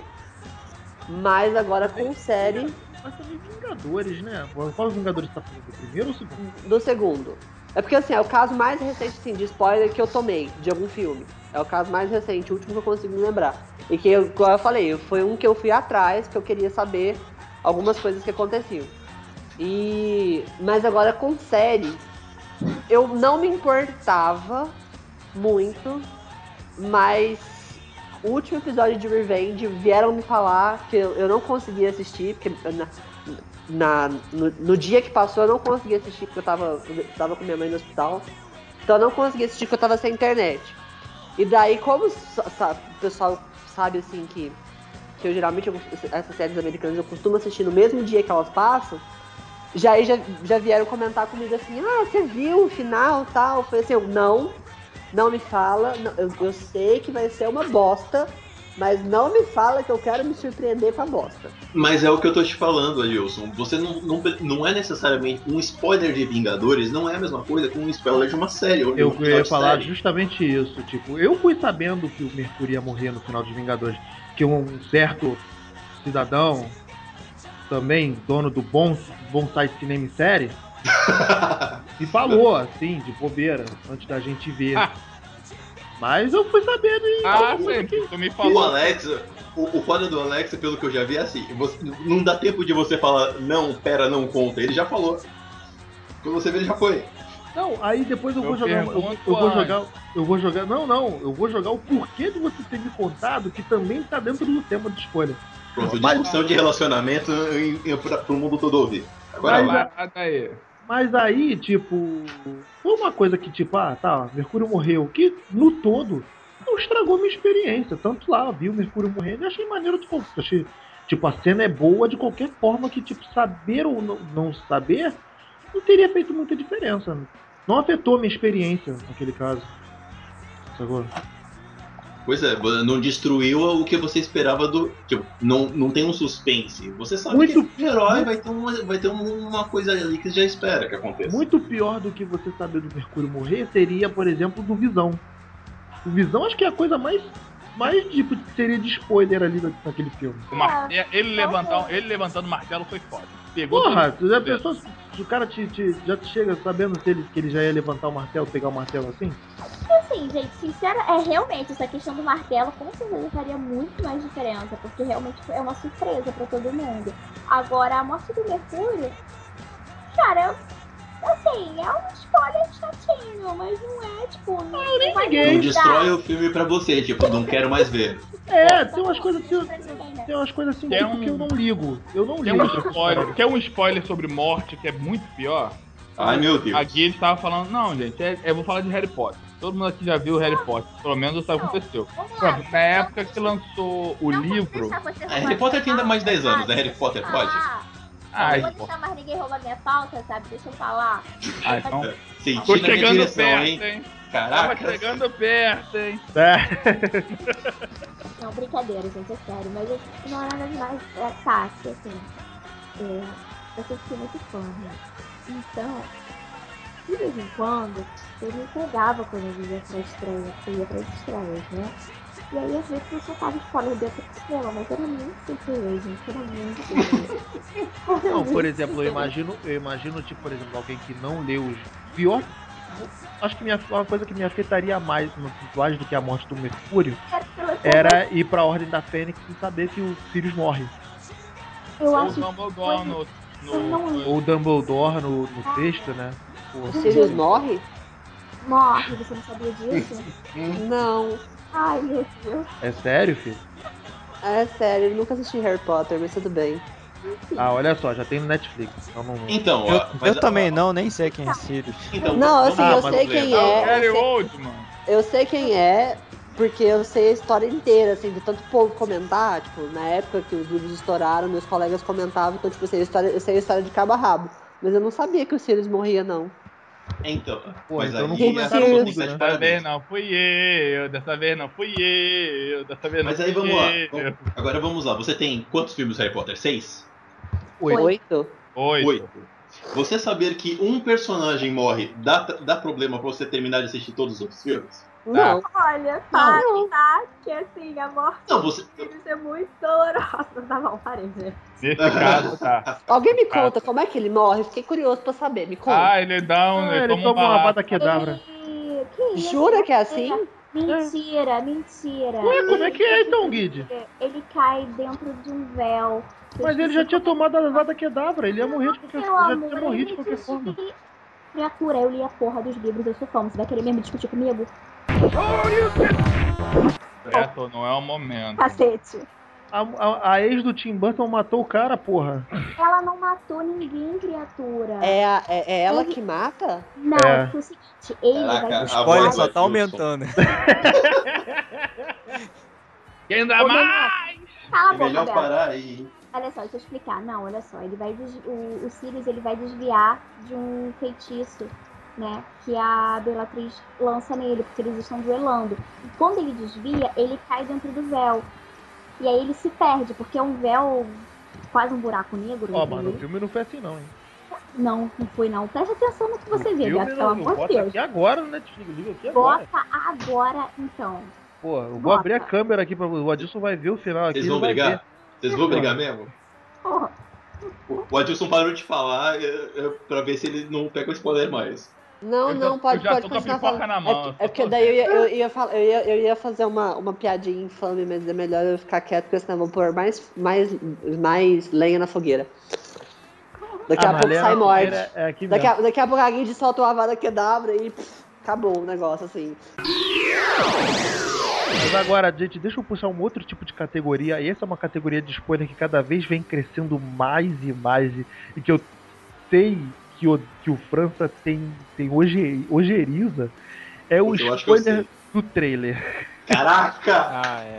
Speaker 5: Mas agora com série
Speaker 3: Mas também Vingadores, né? Qual Vingadores tá falando? O primeiro ou o segundo?
Speaker 5: do segundo. É porque assim, é o caso mais recente assim, de spoiler que eu tomei de algum filme. É o caso mais recente, o último que eu consigo me lembrar. E que, eu, igual eu falei, foi um que eu fui atrás, que eu queria saber algumas coisas que aconteciam. E. Mas agora com série, eu não me importava muito, mas o último episódio de Revenge vieram me falar que eu, eu não conseguia assistir, porque na- na, no, no dia que passou eu não consegui assistir porque eu tava, eu tava com minha mãe no hospital. Então eu não consegui assistir porque eu tava sem internet. E daí, como sa- sa- o pessoal sabe assim que, que eu geralmente eu- essas séries americanas eu costumo assistir no mesmo dia que elas passam, já, aí já, já vieram comentar comigo assim, ah, você viu o final tal? Foi assim, eu não, não me fala, não- eu, eu sei que vai ser uma bosta, mas não me fala que eu quero me surpreender com a bosta.
Speaker 4: Mas é o que eu tô te falando, Adilson. Você não, não, não é necessariamente. Um spoiler de Vingadores não é a mesma coisa que um spoiler de uma série. Ou de um
Speaker 3: Eu
Speaker 4: episódio
Speaker 3: ia
Speaker 4: de
Speaker 3: falar
Speaker 4: série.
Speaker 3: justamente isso. Tipo, eu fui sabendo que o Mercúrio ia morrer no final de Vingadores. Que um certo cidadão, também dono do bom, bom site Cinema e Série, me falou, assim, de bobeira, antes da gente ver. Mas eu fui sabendo e.
Speaker 1: Ah, sempre. Tu me
Speaker 4: O
Speaker 1: falou.
Speaker 4: Alexa, o, o foda do Alexa, pelo que eu já vi, é assim: você- não dá tempo de você falar, não, pera, não conta. Ele já falou. Quando você vê, ele já foi.
Speaker 3: Não, aí depois eu,
Speaker 1: Eu
Speaker 3: vou jogar. Eu, eu
Speaker 1: pergunto
Speaker 3: vou
Speaker 1: antes.
Speaker 3: jogar. Eu vou jogar. Não, não. Eu vou jogar o porquê de você ter me contado que também tá dentro do tema de escolha.
Speaker 4: Pronto,
Speaker 3: Mas-
Speaker 4: discussão de relacionamento em, em, pra, pro mundo todo ouvir. Agora
Speaker 3: Mas-
Speaker 4: vai.
Speaker 1: Parada ah, tá aí.
Speaker 3: Mas aí, tipo, foi uma coisa que, tipo, ah, tá, Mercúrio morreu, que no todo não estragou minha experiência. Tanto lá, vi o Mercúrio morrendo e achei maneiro de conta. Achei, tipo, a cena é boa de qualquer forma que, tipo, saber ou não, não saber não teria feito muita diferença. Não afetou minha experiência naquele caso. Sacou?
Speaker 4: Pois é, não destruiu o que você esperava do. Tipo, não, não tem um suspense. Você sabe
Speaker 3: Muito-
Speaker 4: que o herói vai ter, uma, vai ter um, uma coisa ali que você já espera que aconteça.
Speaker 3: Muito pior do que você saber do Mercúrio morrer seria, por exemplo, do Visão. O Visão acho que é a coisa mais, mais tipo, que seria de spoiler ali na- naquele filme.
Speaker 1: O Marte- Ele, levantar, um- ele levantando o martelo foi foda. Pegou
Speaker 3: Porra,
Speaker 1: todo
Speaker 3: tu já
Speaker 1: mundo.
Speaker 3: pensou se se o cara te, te- já te chega sabendo se ele, que ele já ia levantar o martelo, pegar o martelo assim?
Speaker 6: Assim, gente, sincera, é realmente essa questão do martelo com certeza faria muito mais diferença, porque realmente é uma surpresa pra todo mundo. Agora, a morte do Mercúrio, cara, eu- assim, é um spoiler chatinho, mas não é tipo. Não, eu nem
Speaker 4: Não destrói o filme pra você, tipo, não quero mais ver.
Speaker 3: É, tem umas coisas que eu-
Speaker 6: Tem
Speaker 3: tem umas coisas assim
Speaker 1: Tem
Speaker 3: tipo,
Speaker 1: um-
Speaker 3: que eu não ligo. Eu não
Speaker 1: Quer
Speaker 3: ligo.
Speaker 1: um,
Speaker 3: pra essa
Speaker 1: spoiler,
Speaker 3: história.
Speaker 1: quer um spoiler sobre morte que é muito pior?
Speaker 4: Ai meu Deus.
Speaker 1: Aqui eles estavam falando, não, gente, é- eu vou falar de Harry Potter. Todo mundo aqui já viu Harry Potter, pelo menos sabe o que aconteceu.
Speaker 6: Vamos lá.
Speaker 1: Na época que lançou o
Speaker 6: Não vou
Speaker 1: livro.
Speaker 6: deixar você roubar
Speaker 4: É, Harry Potter tem ainda mais
Speaker 6: minha
Speaker 4: 10 anos, né?
Speaker 6: pauta,
Speaker 4: Harry Potter
Speaker 6: deixa Ah, eu
Speaker 4: pode?
Speaker 6: falar.
Speaker 1: Ai,
Speaker 6: não vou
Speaker 1: pô,
Speaker 6: deixar mais ninguém roubar minha pauta, sabe? Deixa eu falar.
Speaker 1: ai, então. Tô
Speaker 4: Sentindo a minha
Speaker 1: chegando
Speaker 4: direção,
Speaker 1: perto,
Speaker 4: hein?
Speaker 1: hein? Tava
Speaker 4: Caraca.
Speaker 1: chegando perto, hein?
Speaker 3: É.
Speaker 6: Não, brincadeira, gente, é sério. Mas eu- não é nada demais. É fácil, assim. É, eu sempre fui muito fã, né? Então, de vez em quando, eu me pegava quando eu ia pra estreia, eu ia pra estreias, né? E aí, às vezes, eu soltava spoiler dentro do cinema, mas era muito surpresa, gente. Era muito surpresa.
Speaker 3: Não, por exemplo, eu imagino, eu imagino, tipo, por exemplo, alguém que não leu os. Pior. Acho que minha, uma coisa que me afetaria mais no tatuagem do que a morte do Mercúrio era ir pra Ordem da Fênix e saber que o Sirius morre.
Speaker 6: Eu
Speaker 1: O
Speaker 6: acho
Speaker 1: Dumbledore no.
Speaker 6: Eu não
Speaker 1: no
Speaker 3: Ou o Dumbledore no, no texto, né? Pô,
Speaker 5: O Sirius morre?
Speaker 6: que morre, você não sabia disso?
Speaker 5: Não.
Speaker 6: Ai, meu Deus.
Speaker 3: é sério, filho?
Speaker 5: É sério, eu nunca assisti Harry Potter, mas tudo bem.
Speaker 3: Ah, olha só, já tem no Netflix. Então não.
Speaker 4: Então,
Speaker 2: Eu,
Speaker 4: ó, mas-
Speaker 2: eu também não, nem sei quem é Sirius.
Speaker 4: Então,
Speaker 5: Não, assim,
Speaker 4: vamos
Speaker 5: eu
Speaker 4: lá,
Speaker 5: sei
Speaker 4: vamos
Speaker 5: quem
Speaker 4: ler.
Speaker 5: é.
Speaker 1: Harry Oldman.
Speaker 5: Eu sei quem é, porque eu sei a história inteira, assim, de tanto povo comentar, tipo, na época que os livros estouraram, meus colegas comentavam, então, tipo, eu sei a história, eu sei a história de cabo a rabo. Mas eu não sabia que o Sirius morria, não.
Speaker 4: Então,
Speaker 3: Pô,
Speaker 4: mas aí
Speaker 3: então
Speaker 4: é
Speaker 3: não
Speaker 4: essa pessoa
Speaker 3: começaram
Speaker 4: tem
Speaker 3: tudo,
Speaker 4: que estar de
Speaker 3: né?
Speaker 1: Dessa vez
Speaker 4: parabéns.
Speaker 1: não fui eu, dessa vez não fui eu, dessa vez não
Speaker 4: Mas aí
Speaker 1: fui
Speaker 4: vamos lá.
Speaker 1: eu.
Speaker 4: Vamos- Agora vamos lá. Você tem quantos filmes Harry Potter? Seis?
Speaker 5: Oito.
Speaker 1: Oito.
Speaker 4: Oito. Você saber que um personagem morre dá, dá problema pra você terminar de assistir todos os outros filmes?
Speaker 5: Não.
Speaker 1: Ah,
Speaker 6: Olha, sabe, tá? Que assim, a morte
Speaker 4: Não, você.
Speaker 6: deles é muito dolorosa. Tá bom, parei, né?
Speaker 1: Nesse caso, tá.
Speaker 5: Alguém me
Speaker 1: Ah.
Speaker 5: conta como é que ele morre? Fiquei curioso pra saber, me conta.
Speaker 1: Ah, ele dá
Speaker 4: Então,
Speaker 1: um.
Speaker 4: é
Speaker 3: Ah, ele toma uma bata quedabra.
Speaker 6: Ih, que
Speaker 1: Ah,
Speaker 6: isso?
Speaker 5: Jura que é assim?
Speaker 6: Mentira, mentira.
Speaker 3: Ué, como é que é então, Guide?
Speaker 6: Ele cai dentro de um véu.
Speaker 3: Mas ele já tinha tomado a vada quedavra, ele ia morrer de qualquer
Speaker 6: Meu
Speaker 3: forma.
Speaker 6: é amor,
Speaker 3: Já tinha
Speaker 6: eu
Speaker 3: morrido de
Speaker 6: nem
Speaker 3: qualquer
Speaker 6: desisti.
Speaker 3: forma.
Speaker 6: Criatura, eu li a porra dos livros, eu sou fã. Você vai querer mesmo discutir comigo?
Speaker 1: Certo, não é o momento.
Speaker 6: Cacete.
Speaker 3: A, a- a ex do Tim Burton matou o cara, porra.
Speaker 6: Ela não matou ninguém, criatura.
Speaker 5: É, a- é, é ela que mata?
Speaker 6: Não,
Speaker 3: É.
Speaker 6: foi o seguinte, ele
Speaker 4: Caraca,
Speaker 6: vai
Speaker 4: a
Speaker 2: O
Speaker 6: buscar
Speaker 2: spoiler
Speaker 4: voz
Speaker 2: só
Speaker 4: do
Speaker 2: tá
Speaker 4: Wilson.
Speaker 2: aumentando.
Speaker 1: E ainda mais!
Speaker 6: Cala a
Speaker 4: É
Speaker 6: boca
Speaker 4: melhor
Speaker 6: dela.
Speaker 4: parar aí. hein?
Speaker 6: Olha só, deixa eu explicar. Não, olha só, ele vai des- o, o Sirius ele vai desviar de um feitiço, né? Que a Bellatrix lança nele, porque eles estão duelando. E quando ele desvia, ele cai dentro do véu. E aí ele se perde, porque é um véu quase um buraco negro.
Speaker 3: Ó,
Speaker 6: né,
Speaker 3: mano, o
Speaker 6: ele-
Speaker 3: filme não foi assim, não, hein?
Speaker 6: Não, não foi não. Presta atenção no que você
Speaker 3: o
Speaker 6: vê,
Speaker 3: filme
Speaker 6: Gato, pelo
Speaker 3: não,
Speaker 6: amor de
Speaker 3: bota
Speaker 6: Deus.
Speaker 3: aqui agora no Netflix, liga aqui agora.
Speaker 6: Bota agora, então.
Speaker 3: Pô, eu vou
Speaker 6: bota.
Speaker 3: abrir a câmera aqui pra o Adilson vai ver o final aqui.
Speaker 4: Vocês
Speaker 3: ele
Speaker 4: vão
Speaker 3: vai
Speaker 4: brigar?
Speaker 3: ver.
Speaker 4: Vocês vão brigar mesmo?
Speaker 6: Porra.
Speaker 4: O- O Adilson parou de falar é, é, pra ver se ele não pega o spoiler mais.
Speaker 5: Não,
Speaker 1: Eu já-
Speaker 5: não, pode,
Speaker 1: eu já
Speaker 5: pode
Speaker 1: tô com a
Speaker 5: continuar
Speaker 1: pipoca
Speaker 5: falando.
Speaker 1: na mão,
Speaker 5: É,
Speaker 1: eu
Speaker 5: porque- é
Speaker 1: tô-
Speaker 5: porque daí eu ia, eu ia, falar- eu ia, eu ia fazer uma, uma piadinha infame, mas é melhor eu ficar quieto, porque senão eu vou pôr mais, mais, mais lenha na fogueira. Daqui a
Speaker 1: Ah,
Speaker 3: mas
Speaker 5: pouco
Speaker 3: Lena
Speaker 5: sai morte.
Speaker 3: Fogueira Ah, É aqui
Speaker 5: Daqui a,
Speaker 3: mesmo.
Speaker 5: daqui a pouco a Guide solta o Avada Kedavra e pff, acabou o negócio, assim.
Speaker 3: Mas agora, gente, deixa eu puxar um outro tipo de categoria. Essa é uma categoria de spoiler que cada vez vem crescendo mais e mais. E, e que eu sei que o, que o França tem, tem hoje, ojeriza. É o
Speaker 4: Eu acho que eu
Speaker 3: spoiler do trailer.
Speaker 4: Caraca!
Speaker 2: Ah, é.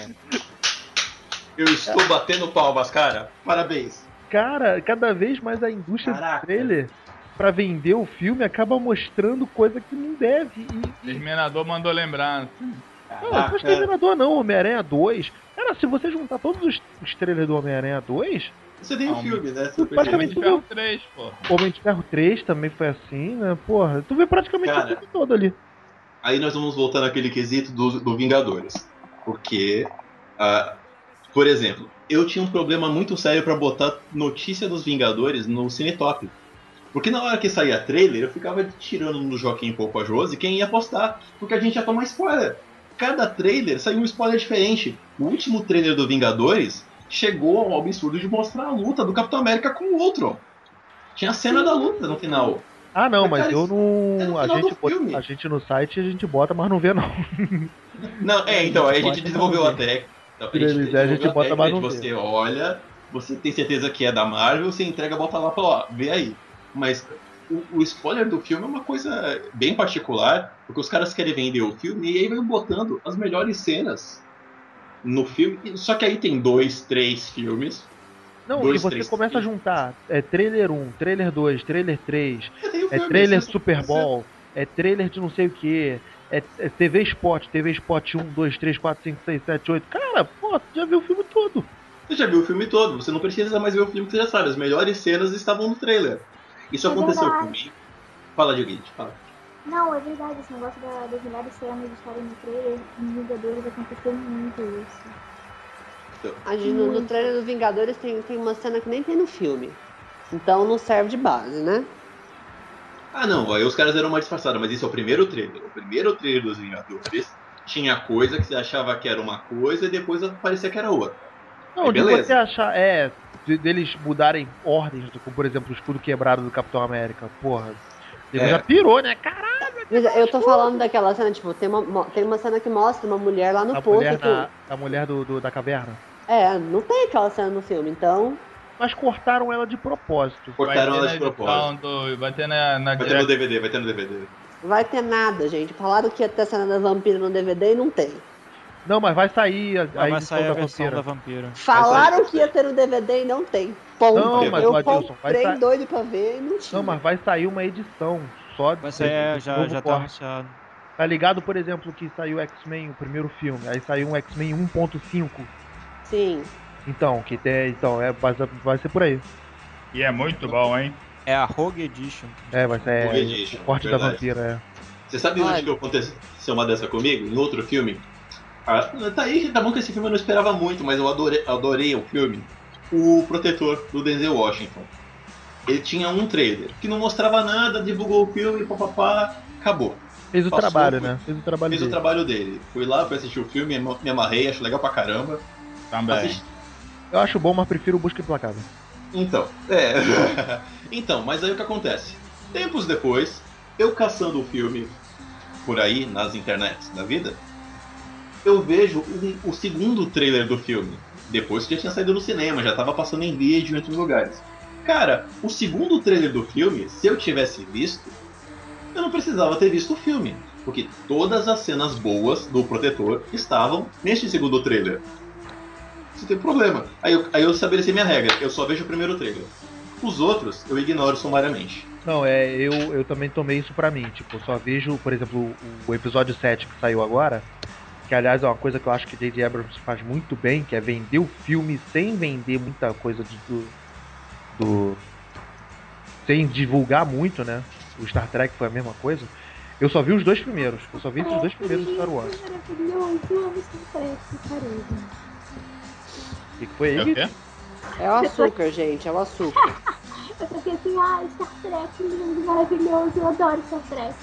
Speaker 4: Eu estou batendo palmas, cara. Parabéns.
Speaker 3: Cara, cada vez mais a indústria
Speaker 4: Caraca.
Speaker 3: do trailer, pra vender o filme, acaba mostrando coisa que não deve. E, e
Speaker 1: Terminador mandou lembrar.
Speaker 3: Não, não foi
Speaker 4: Caraca.
Speaker 3: Exterminador não, Homem-Aranha 2. Cara, se você juntar todos os, os trailers do Homem-Aranha 2,
Speaker 4: Você tem um filme, né? Você
Speaker 3: Basicamente-
Speaker 4: perdeu.
Speaker 1: Ferro 3, pô.
Speaker 3: Homem de Ferro 3 também foi assim, né? Porra, tu vê praticamente
Speaker 4: Cara.
Speaker 3: o filme todo ali.
Speaker 4: Aí nós vamos voltar naquele quesito do, do Vingadores. Porque, ah, por exemplo, eu tinha um problema muito sério pra botar notícia dos Vingadores no Cinetop. Porque na hora que saía trailer, eu ficava tirando no Joaquim pouco a Josi quem ia postar. Porque a gente já toma spoiler. Cada trailer saiu um spoiler diferente. O último trailer do Vingadores chegou ao absurdo de mostrar a luta do Capitão América com o Ultron. Tinha a cena da luta no final.
Speaker 3: Ah, não,
Speaker 4: Mas,
Speaker 3: mas
Speaker 4: cara,
Speaker 3: eu
Speaker 4: isso é no
Speaker 3: não. A
Speaker 4: final
Speaker 3: gente,
Speaker 4: do
Speaker 3: bota-
Speaker 4: filme.
Speaker 3: a gente no site a gente bota, mas não vê, não.
Speaker 4: Não, é, então, aí a gente
Speaker 2: Pode
Speaker 4: desenvolveu a
Speaker 2: fazer.
Speaker 4: técnica. Então,
Speaker 3: Se ele quiser, a gente
Speaker 4: desenvolveu
Speaker 3: bota mais
Speaker 4: técnica
Speaker 3: um
Speaker 4: de Você olha, você tem certeza que é da Marvel, você entrega, bota lá e fala, ó, vê aí. Mas o, o spoiler do filme é uma coisa bem particular, porque os caras querem vender o filme e aí vai botando as melhores cenas no filme. E- Só que aí tem dois, três filmes.
Speaker 3: Não,
Speaker 4: Dois,
Speaker 3: e você
Speaker 4: três,
Speaker 3: começa a
Speaker 4: três.
Speaker 3: juntar. É trailer 1, trailer 2, trailer 3,
Speaker 4: E tem o
Speaker 3: é
Speaker 4: filme,
Speaker 3: trailer
Speaker 4: você-
Speaker 3: Super Bowl, é trailer de não sei o que, é, é TV Spot, TV Spot 1, 2, 3, 4, 5, 6, 7, 8. Cara, pô, tu já viu o filme todo.
Speaker 4: Você já viu o filme todo, você não precisa mais ver o filme que você já sabe. As melhores cenas estavam no trailer. Isso
Speaker 6: É
Speaker 4: aconteceu
Speaker 6: verdade.
Speaker 4: comigo. Fala, Dioguinho, fala.
Speaker 6: Não, é verdade, esse negócio da, das melhores cenas estarem no trailer, nos Vingadores aconteceu muito isso.
Speaker 5: A gente, no, no
Speaker 6: Muito.
Speaker 5: trailer do Vingadores tem, tem uma cena que nem tem no filme. Então não serve de base, né?
Speaker 4: Ah, não, aí os caras deram uma disfarçada, mas isso é o primeiro trailer. O primeiro trailer dos Vingadores tinha coisa que você achava que era uma coisa e depois parecia que era outra.
Speaker 3: Não, de
Speaker 4: beleza.
Speaker 3: você achar. É, de- deles mudarem ordens, como por exemplo o escudo quebrado do Capitão América. Porra. Ele
Speaker 4: É.
Speaker 3: já pirou, né? Caralho,
Speaker 5: Mas eu tô falando daquela cena, tipo, tem uma, mo- tem uma cena que mostra uma mulher lá no
Speaker 3: a
Speaker 5: poço.
Speaker 3: mulher,
Speaker 5: que-
Speaker 3: na, a mulher do, do- da caverna.
Speaker 5: É, não tem aquela cena no filme, então.
Speaker 3: Mas cortaram ela de propósito.
Speaker 4: Cortaram
Speaker 1: Vai ter
Speaker 4: ela
Speaker 1: na né?
Speaker 4: de propósito.
Speaker 1: edição do- Vai ter na, na
Speaker 4: Vai ter no
Speaker 1: direct-
Speaker 4: DVD, vai ter no DVD.
Speaker 5: Vai ter nada, gente. Falaram que ia ter a cena da vampira no DVD e não tem.
Speaker 3: Não, mas vai sair a, a
Speaker 2: Aí vai
Speaker 3: edição
Speaker 2: sair Ah, é a
Speaker 3: da
Speaker 2: versão
Speaker 3: vampira.
Speaker 2: da vampira.
Speaker 5: Falaram que ia ter no DVD e não tem. Ponto.
Speaker 3: Não,
Speaker 4: mas,
Speaker 5: eu
Speaker 3: Adilson, vai
Speaker 5: comprei
Speaker 3: sa-
Speaker 5: doido pra ver e não tinha.
Speaker 3: Não, mas vai sair uma edição só
Speaker 2: Vai
Speaker 3: desse-
Speaker 2: sair,
Speaker 3: desse
Speaker 2: já,
Speaker 3: novo
Speaker 2: já tá
Speaker 3: corte.
Speaker 2: anunciado.
Speaker 3: Tá ligado, por exemplo, que saiu X-Men, o primeiro filme. Aí saiu um X-Men 1.5.
Speaker 5: Sim.
Speaker 3: Então, que tem. Então, é, vai, vai ser por aí.
Speaker 1: E é muito bom, hein?
Speaker 2: É a Rogue Edition.
Speaker 3: É, vai ser
Speaker 4: Rogue Edition,
Speaker 3: é, o corte da
Speaker 4: verdade.
Speaker 3: vampira, é.
Speaker 4: Você sabe onde
Speaker 5: Ai.
Speaker 4: que aconteceu uma dessa comigo? Em outro filme? Ah, tá aí, tá bom que esse filme eu não esperava muito, mas eu adorei, adorei o filme. O Protetor, do Denzel Washington. Ele tinha um trailer que não mostrava nada, divulgou o filme, papapá, acabou.
Speaker 3: Fez o
Speaker 4: Passou,
Speaker 3: trabalho,
Speaker 4: foi.
Speaker 3: né? Fez o trabalho
Speaker 4: Fiz o
Speaker 3: dele.
Speaker 4: trabalho dele. Fui lá, fui assistir o filme, me me amarrei, acho legal pra caramba.
Speaker 1: Também.
Speaker 4: Assisti-
Speaker 3: Eu acho bom, mas prefiro o Busca Implacável.
Speaker 4: Então, é. então, mas aí o que acontece? Tempos depois, eu caçando o filme por aí, nas internets da vida, eu vejo um- o segundo trailer do filme. Depois que já tinha saído no cinema, já tava passando em vídeo em outros lugares. Cara, o segundo trailer do filme, se eu tivesse visto, eu não precisava ter visto o filme. Porque todas as cenas boas do Protetor estavam neste segundo trailer. Isso tem problema. Aí eu, aí eu estabeleci minha regra. Eu só vejo o primeiro trailer. Os outros eu ignoro sumariamente.
Speaker 3: Não, é, eu, eu também tomei isso pra mim. Tipo, eu só vejo, por exemplo, o, o episódio 7 que saiu agora. Que, aliás, é uma coisa que eu acho que J.J. Abrams faz muito bem, que é vender o filme sem vender muita coisa de- do, do- sem divulgar muito, né? O Star Trek foi a mesma coisa. Eu só vi os dois primeiros. Eu só vi esses dois primeiros do Star Wars.
Speaker 6: É, Maravilhoso, eu amo Star Trek, caramba.
Speaker 3: E que foi
Speaker 1: É
Speaker 3: aí
Speaker 1: o
Speaker 3: que
Speaker 1: quê?
Speaker 5: É o açúcar, gente. É o açúcar.
Speaker 6: Eu fiquei assim, ah, Star Trek, lindo, maravilhoso, eu adoro Star Trek.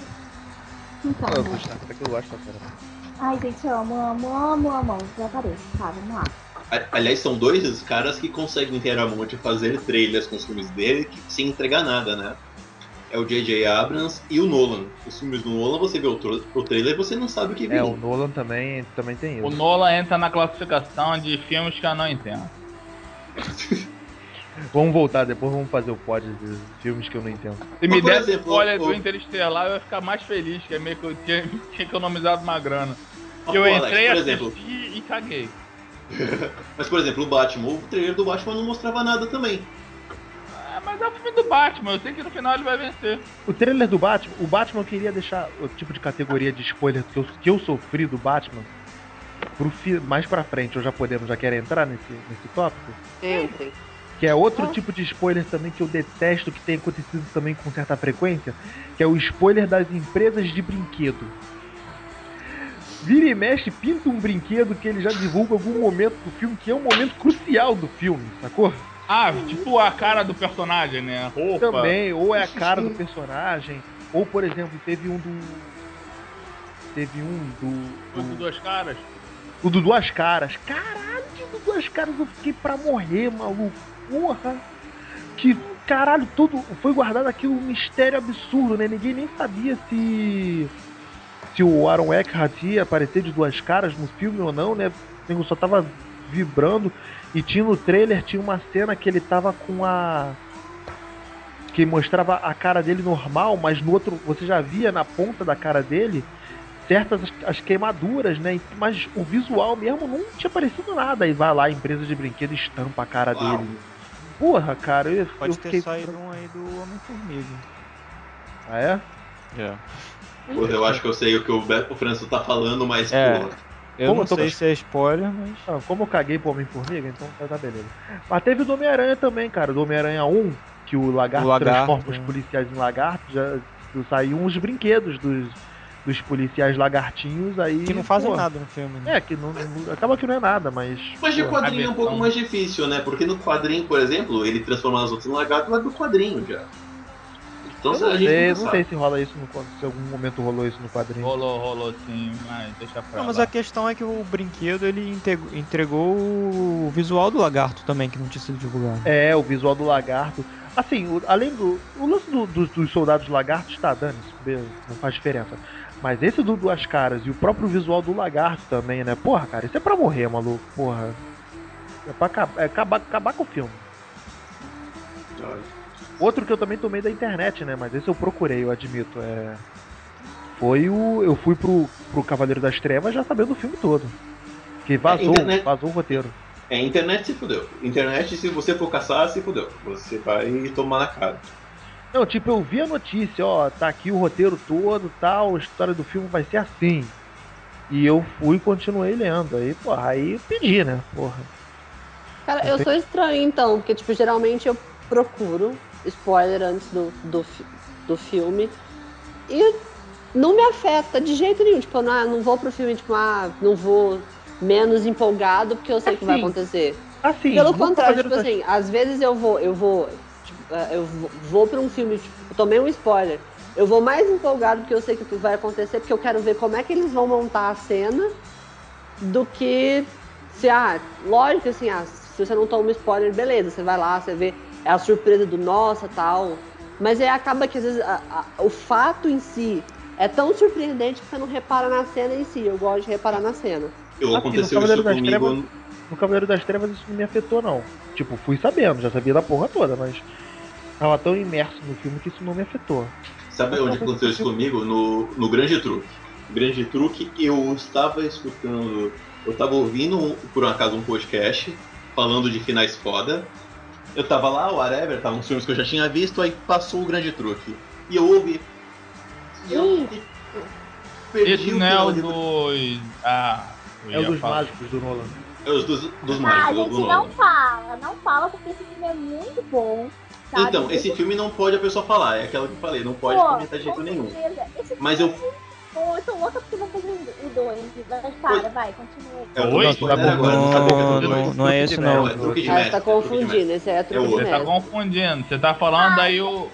Speaker 6: Então,
Speaker 3: Eu
Speaker 6: né?
Speaker 3: gosto, até que eu gosto da cara.
Speaker 6: Ai, gente, amo, amo, amo, amo. Já parei, tá? Vamos lá.
Speaker 4: A- Aliás, são dois os caras que conseguem ter a mão de fazer trailers com os filmes dele que- sem entregar nada, né? É o J.J. Abrams e o Nolan. Os filmes do Nolan, você vê o, tro- o trailer e você não sabe o que vem.
Speaker 3: É, o Nolan também, também tem
Speaker 1: O
Speaker 3: isso.
Speaker 1: Nola entra na classificação de filmes que eu não entendo.
Speaker 3: Vamos voltar depois, vamos fazer o pod de filmes que eu não entendo.
Speaker 1: Se me
Speaker 4: Por
Speaker 1: desse
Speaker 4: exemplo,
Speaker 1: spoiler
Speaker 4: o-
Speaker 1: do Interestelar, eu ia ficar mais feliz, que é meio que eu tinha, tinha economizado uma grana.
Speaker 4: Mas,
Speaker 1: eu
Speaker 4: pô, Alex,
Speaker 1: entrei, assim.
Speaker 4: por
Speaker 1: assisti
Speaker 4: exemplo,
Speaker 1: e caguei.
Speaker 4: Mas, por exemplo, o Batman, o trailer do Batman não mostrava nada também.
Speaker 1: Ah, mas é o filme do Batman, eu sei que no final ele vai vencer.
Speaker 3: O trailer do Batman, o Batman eu queria deixar o tipo de categoria de spoiler que eu, que eu sofri do Batman pro fi- mais pra frente, eu já podemos, já quero entrar nesse, nesse tópico.
Speaker 5: Entrem.
Speaker 3: Que é outro
Speaker 5: Ah.
Speaker 3: tipo de spoiler também que eu detesto, que tem acontecido também com certa frequência, que é o spoiler das empresas de brinquedo. Vira e mexe, pinta um brinquedo que ele já divulga em algum momento do filme, que é um momento crucial do filme, sacou?
Speaker 1: Ah, tipo a cara do personagem, né? A roupa.
Speaker 3: Também, ou é a cara do personagem, ou por exemplo, teve um do. Teve um do.
Speaker 1: Foi com duas caras.
Speaker 3: O do Duas Caras. Caralho, do Duas Caras eu fiquei pra morrer, maluco. Porra. Que caralho, tudo foi guardado aqui um mistério absurdo, né? Ninguém nem sabia se se o Aaron Eckhart ia aparecer de Duas Caras no filme ou não, né? O nego só tava vibrando e tinha no trailer tinha uma cena que ele tava com a que mostrava a cara dele normal, mas no outro você já via na ponta da cara dele certas as, as queimaduras, né? Mas o visual mesmo não tinha parecido nada. E vai lá, a empresa de brinquedo estampa a cara
Speaker 4: Uau.
Speaker 3: dele. Porra, cara, eu,
Speaker 2: Pode
Speaker 3: eu
Speaker 2: ter
Speaker 3: fiquei.
Speaker 2: saído um aí do Homem-Formiga.
Speaker 3: Ah, é?
Speaker 4: Pô, Eu acho que eu sei o que o, Be- o Franço tá falando, mas
Speaker 2: É.
Speaker 4: pô,
Speaker 2: Eu
Speaker 3: Como eu
Speaker 2: não
Speaker 3: tô
Speaker 2: sei
Speaker 3: gostando.
Speaker 2: se é spoiler, mas.
Speaker 3: Ah, como eu caguei pro Homem-Formiga, então tá, tá beleza. Mas teve o do Homem-Aranha também, cara. Do Homem-Aranha 1, que o lagarto,
Speaker 2: O lagarto,
Speaker 3: transforma os
Speaker 2: né?
Speaker 3: policiais em lagartos, já saiu uns brinquedos dos, dos policiais lagartinhos aí.
Speaker 2: Que não fazem
Speaker 3: pô,
Speaker 2: nada no filme, né?
Speaker 3: É, que não, não- Acaba que não é nada, mas.
Speaker 4: Mas de
Speaker 3: pô,
Speaker 4: quadrinho é um
Speaker 1: cabeção.
Speaker 4: pouco mais difícil, né? Porque no quadrinho, por exemplo, ele transforma as outras em lagarto lá do quadrinho já. Então
Speaker 3: Eu não
Speaker 4: a gente
Speaker 3: sei,
Speaker 4: não
Speaker 3: não
Speaker 4: sabe.
Speaker 3: sei se rola isso no quadrinho, se em algum momento rolou isso no quadrinho.
Speaker 1: Rolou, rolou sim, mas deixa pra
Speaker 2: Não, mas
Speaker 1: lá.
Speaker 2: a questão é que o brinquedo ele entregou, entregou o visual do lagarto também, que não tinha sido divulgado.
Speaker 3: É, o visual do lagarto. Assim, o- além do. O lance do- do- dos soldados lagartos tá dando, isso be- não faz diferença. Mas esse do Duas Caras e o próprio visual do lagarto também, né? Porra, cara, isso é pra morrer, maluco. Porra. É pra acabar, é acabar, acabar com o filme. Outro que eu também tomei da internet, né? Mas esse eu procurei, eu admito. É... Foi o. Eu fui pro, pro Cavaleiro das Trevas já sabendo o filme todo. Que vazou,
Speaker 4: internet.
Speaker 3: vazou o roteiro.
Speaker 4: É, internet se fudeu. Internet, se você for caçar, se fudeu. Você vai tomar na cara.
Speaker 3: Não, tipo, eu vi a notícia, ó, tá aqui o roteiro todo, tal, a história do filme vai ser assim. E eu fui e continuei lendo. Aí, porra, aí pedi, né? Porra.
Speaker 5: Cara, eu sou estranho então, porque, tipo, geralmente eu procuro spoiler antes do, do, fi- do filme e não me afeta de jeito nenhum. Tipo, eu não, ah, não vou pro filme, tipo, ah, não vou menos empolgado porque eu sei o que vai
Speaker 3: Assim,
Speaker 5: acontecer.
Speaker 3: Assim,
Speaker 5: Pelo
Speaker 3: no
Speaker 5: contrário,
Speaker 3: Cavaleiro
Speaker 5: tipo assim, às vezes eu vou, eu vou, tipo, ah, eu vou- vou pra um filme, tipo, eu tomei um spoiler. Eu vou mais empolgado porque eu sei que o que vai acontecer, porque eu quero ver como é que eles vão montar a cena do que se, ah, lógico assim, ah, se você não toma spoiler, beleza, você vai lá, você vê, é a surpresa do nossa, tal. Mas aí acaba que às vezes a- a- o fato em si é tão surpreendente que você não repara na cena em si. Eu gosto de reparar na cena.
Speaker 4: Eu,
Speaker 3: no
Speaker 4: aconteceu isso
Speaker 3: Cavaleiro é das
Speaker 4: comigo
Speaker 3: Trevas-
Speaker 5: assim-
Speaker 3: no Cavaleiro das Trevas isso não me afetou, não. Tipo, fui sabendo, já sabia da porra toda, mas tava tão imerso no filme que isso não me afetou.
Speaker 4: Sabe onde aconteceu isso comigo? No, no Grande Truque. Grande Truque, eu estava escutando. Eu estava ouvindo, um- por um acaso, um podcast falando de finais foda. Eu tava lá, o Whatever, tava uns filmes que eu já tinha visto, aí passou o Grande Truque. E eu ouvi. E eu.
Speaker 1: Esse não é
Speaker 4: final
Speaker 1: o
Speaker 4: de-
Speaker 1: dos. Ah, eu
Speaker 3: É o
Speaker 1: ia
Speaker 3: dos
Speaker 1: falar.
Speaker 3: mágicos do Nolan.
Speaker 4: É, os dos, dos
Speaker 6: Ah,
Speaker 4: mágicos, do
Speaker 6: gente, não
Speaker 4: Nolan.
Speaker 6: fala, não fala, porque esse filme é muito bom. Sabe?
Speaker 4: Então, esse filme não pode a pessoa falar, é aquela que eu falei, não pode
Speaker 6: Pô,
Speaker 4: comentar de jeito
Speaker 6: com
Speaker 4: nenhum.
Speaker 6: certeza. Esse filme
Speaker 4: Mas eu-
Speaker 6: é muito bom, eu tô louca porque vão fazer o dois. Mas para,
Speaker 4: Pois-
Speaker 6: vai, continua.
Speaker 4: É o
Speaker 1: Oi?
Speaker 4: nosso
Speaker 1: Tá
Speaker 4: agora, não sabia que era
Speaker 2: não,
Speaker 4: do
Speaker 2: não,
Speaker 4: Nolan.
Speaker 2: não é esse não.
Speaker 4: É o truque de
Speaker 5: Ah, você
Speaker 4: mestre.
Speaker 5: tá
Speaker 4: é truque de mestre.
Speaker 5: confundindo, esse é truque de
Speaker 4: outro.
Speaker 1: Você tá
Speaker 5: mestre.
Speaker 1: confundindo, você tá falando aí o.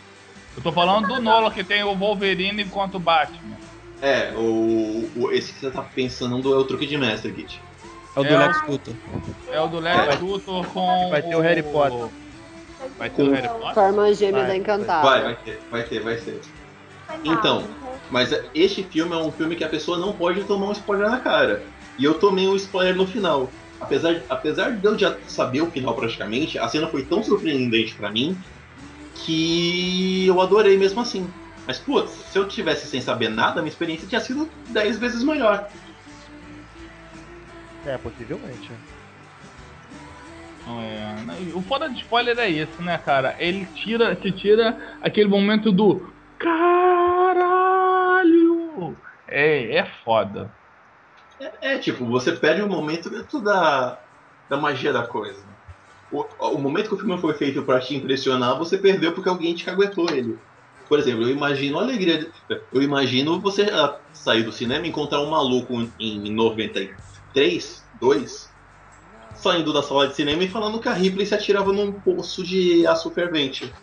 Speaker 1: Eu tô falando do Nola que tem o Wolverine enquanto Batman.
Speaker 4: É, o, o- esse que você tá pensando é o truque de mestre, Git.
Speaker 2: É o do
Speaker 1: É.
Speaker 2: Lex Luthor.
Speaker 1: É o do Lex Luthor com.
Speaker 3: Vai ter o Harry Potter.
Speaker 1: Vai ter o Harry
Speaker 5: Com a
Speaker 1: Potter?
Speaker 5: irmã gêmea
Speaker 3: Vai,
Speaker 5: da
Speaker 3: vai.
Speaker 5: Encantada.
Speaker 4: Vai, vai ter, vai ter, vai ter.
Speaker 6: Foi mal,
Speaker 4: Então.
Speaker 6: então.
Speaker 4: Mas é, este filme é um filme que a pessoa não pode tomar um spoiler na cara. E eu tomei um spoiler no final. Apesar, apesar de eu já saber o final praticamente, a cena foi tão surpreendente pra mim que eu adorei mesmo assim. Mas, putz, se eu tivesse sem saber nada, minha experiência tinha sido 10 vezes melhor.
Speaker 3: É, possivelmente.
Speaker 1: É. O foda de spoiler é isso, né, cara? Ele tira, te tira aquele momento do caralho. É, é foda.
Speaker 4: É, é, tipo, você perde o momento dentro da, da magia da coisa. O, o momento que o filme foi feito pra te impressionar, você perdeu porque alguém te caguetou ele. Por exemplo, eu imagino a alegria. de- Eu imagino você ah, sair do cinema e encontrar um maluco em 93, 2, saindo da sala de cinema e falando que a Ripley se atirava num poço de aço fervente.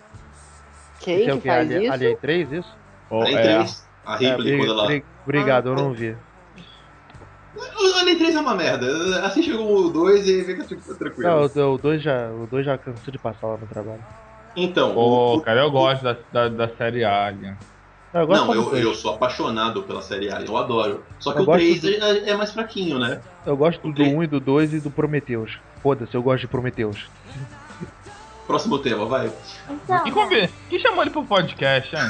Speaker 5: Quem
Speaker 3: Isso é o
Speaker 5: que
Speaker 3: que?
Speaker 5: faz
Speaker 3: Alien,
Speaker 5: isso?
Speaker 3: Alien 3, isso?
Speaker 4: Além
Speaker 1: é.
Speaker 4: três, a Ripley,
Speaker 3: bri-
Speaker 4: quando ela.
Speaker 3: bri- Obrigado, eu não vi.
Speaker 4: Além 3 é uma merda. Assim chegou o 2 e fica tran- tranquilo.
Speaker 3: Não, o- o 2 já, o dois já cansou de passar lá no trabalho.
Speaker 4: Então, o-
Speaker 1: Pô,
Speaker 4: o-
Speaker 1: cara, eu gosto da, da, da série Alien.
Speaker 3: Não, eu gosto
Speaker 4: Não,
Speaker 3: só do
Speaker 4: eu,
Speaker 3: dois.
Speaker 4: eu sou apaixonado pela série A, eu adoro. Só que
Speaker 3: Eu
Speaker 4: o
Speaker 3: gosto
Speaker 4: 3
Speaker 3: do-
Speaker 4: é, é mais fraquinho, né?
Speaker 3: Eu gosto
Speaker 4: o
Speaker 3: do
Speaker 4: três.
Speaker 3: 1 e do 2 e do Prometheus. Foda-se, eu gosto de Prometheus.
Speaker 4: Próximo tema, vai.
Speaker 6: Então,
Speaker 1: E convida, quem chamou ele pro podcast, hein?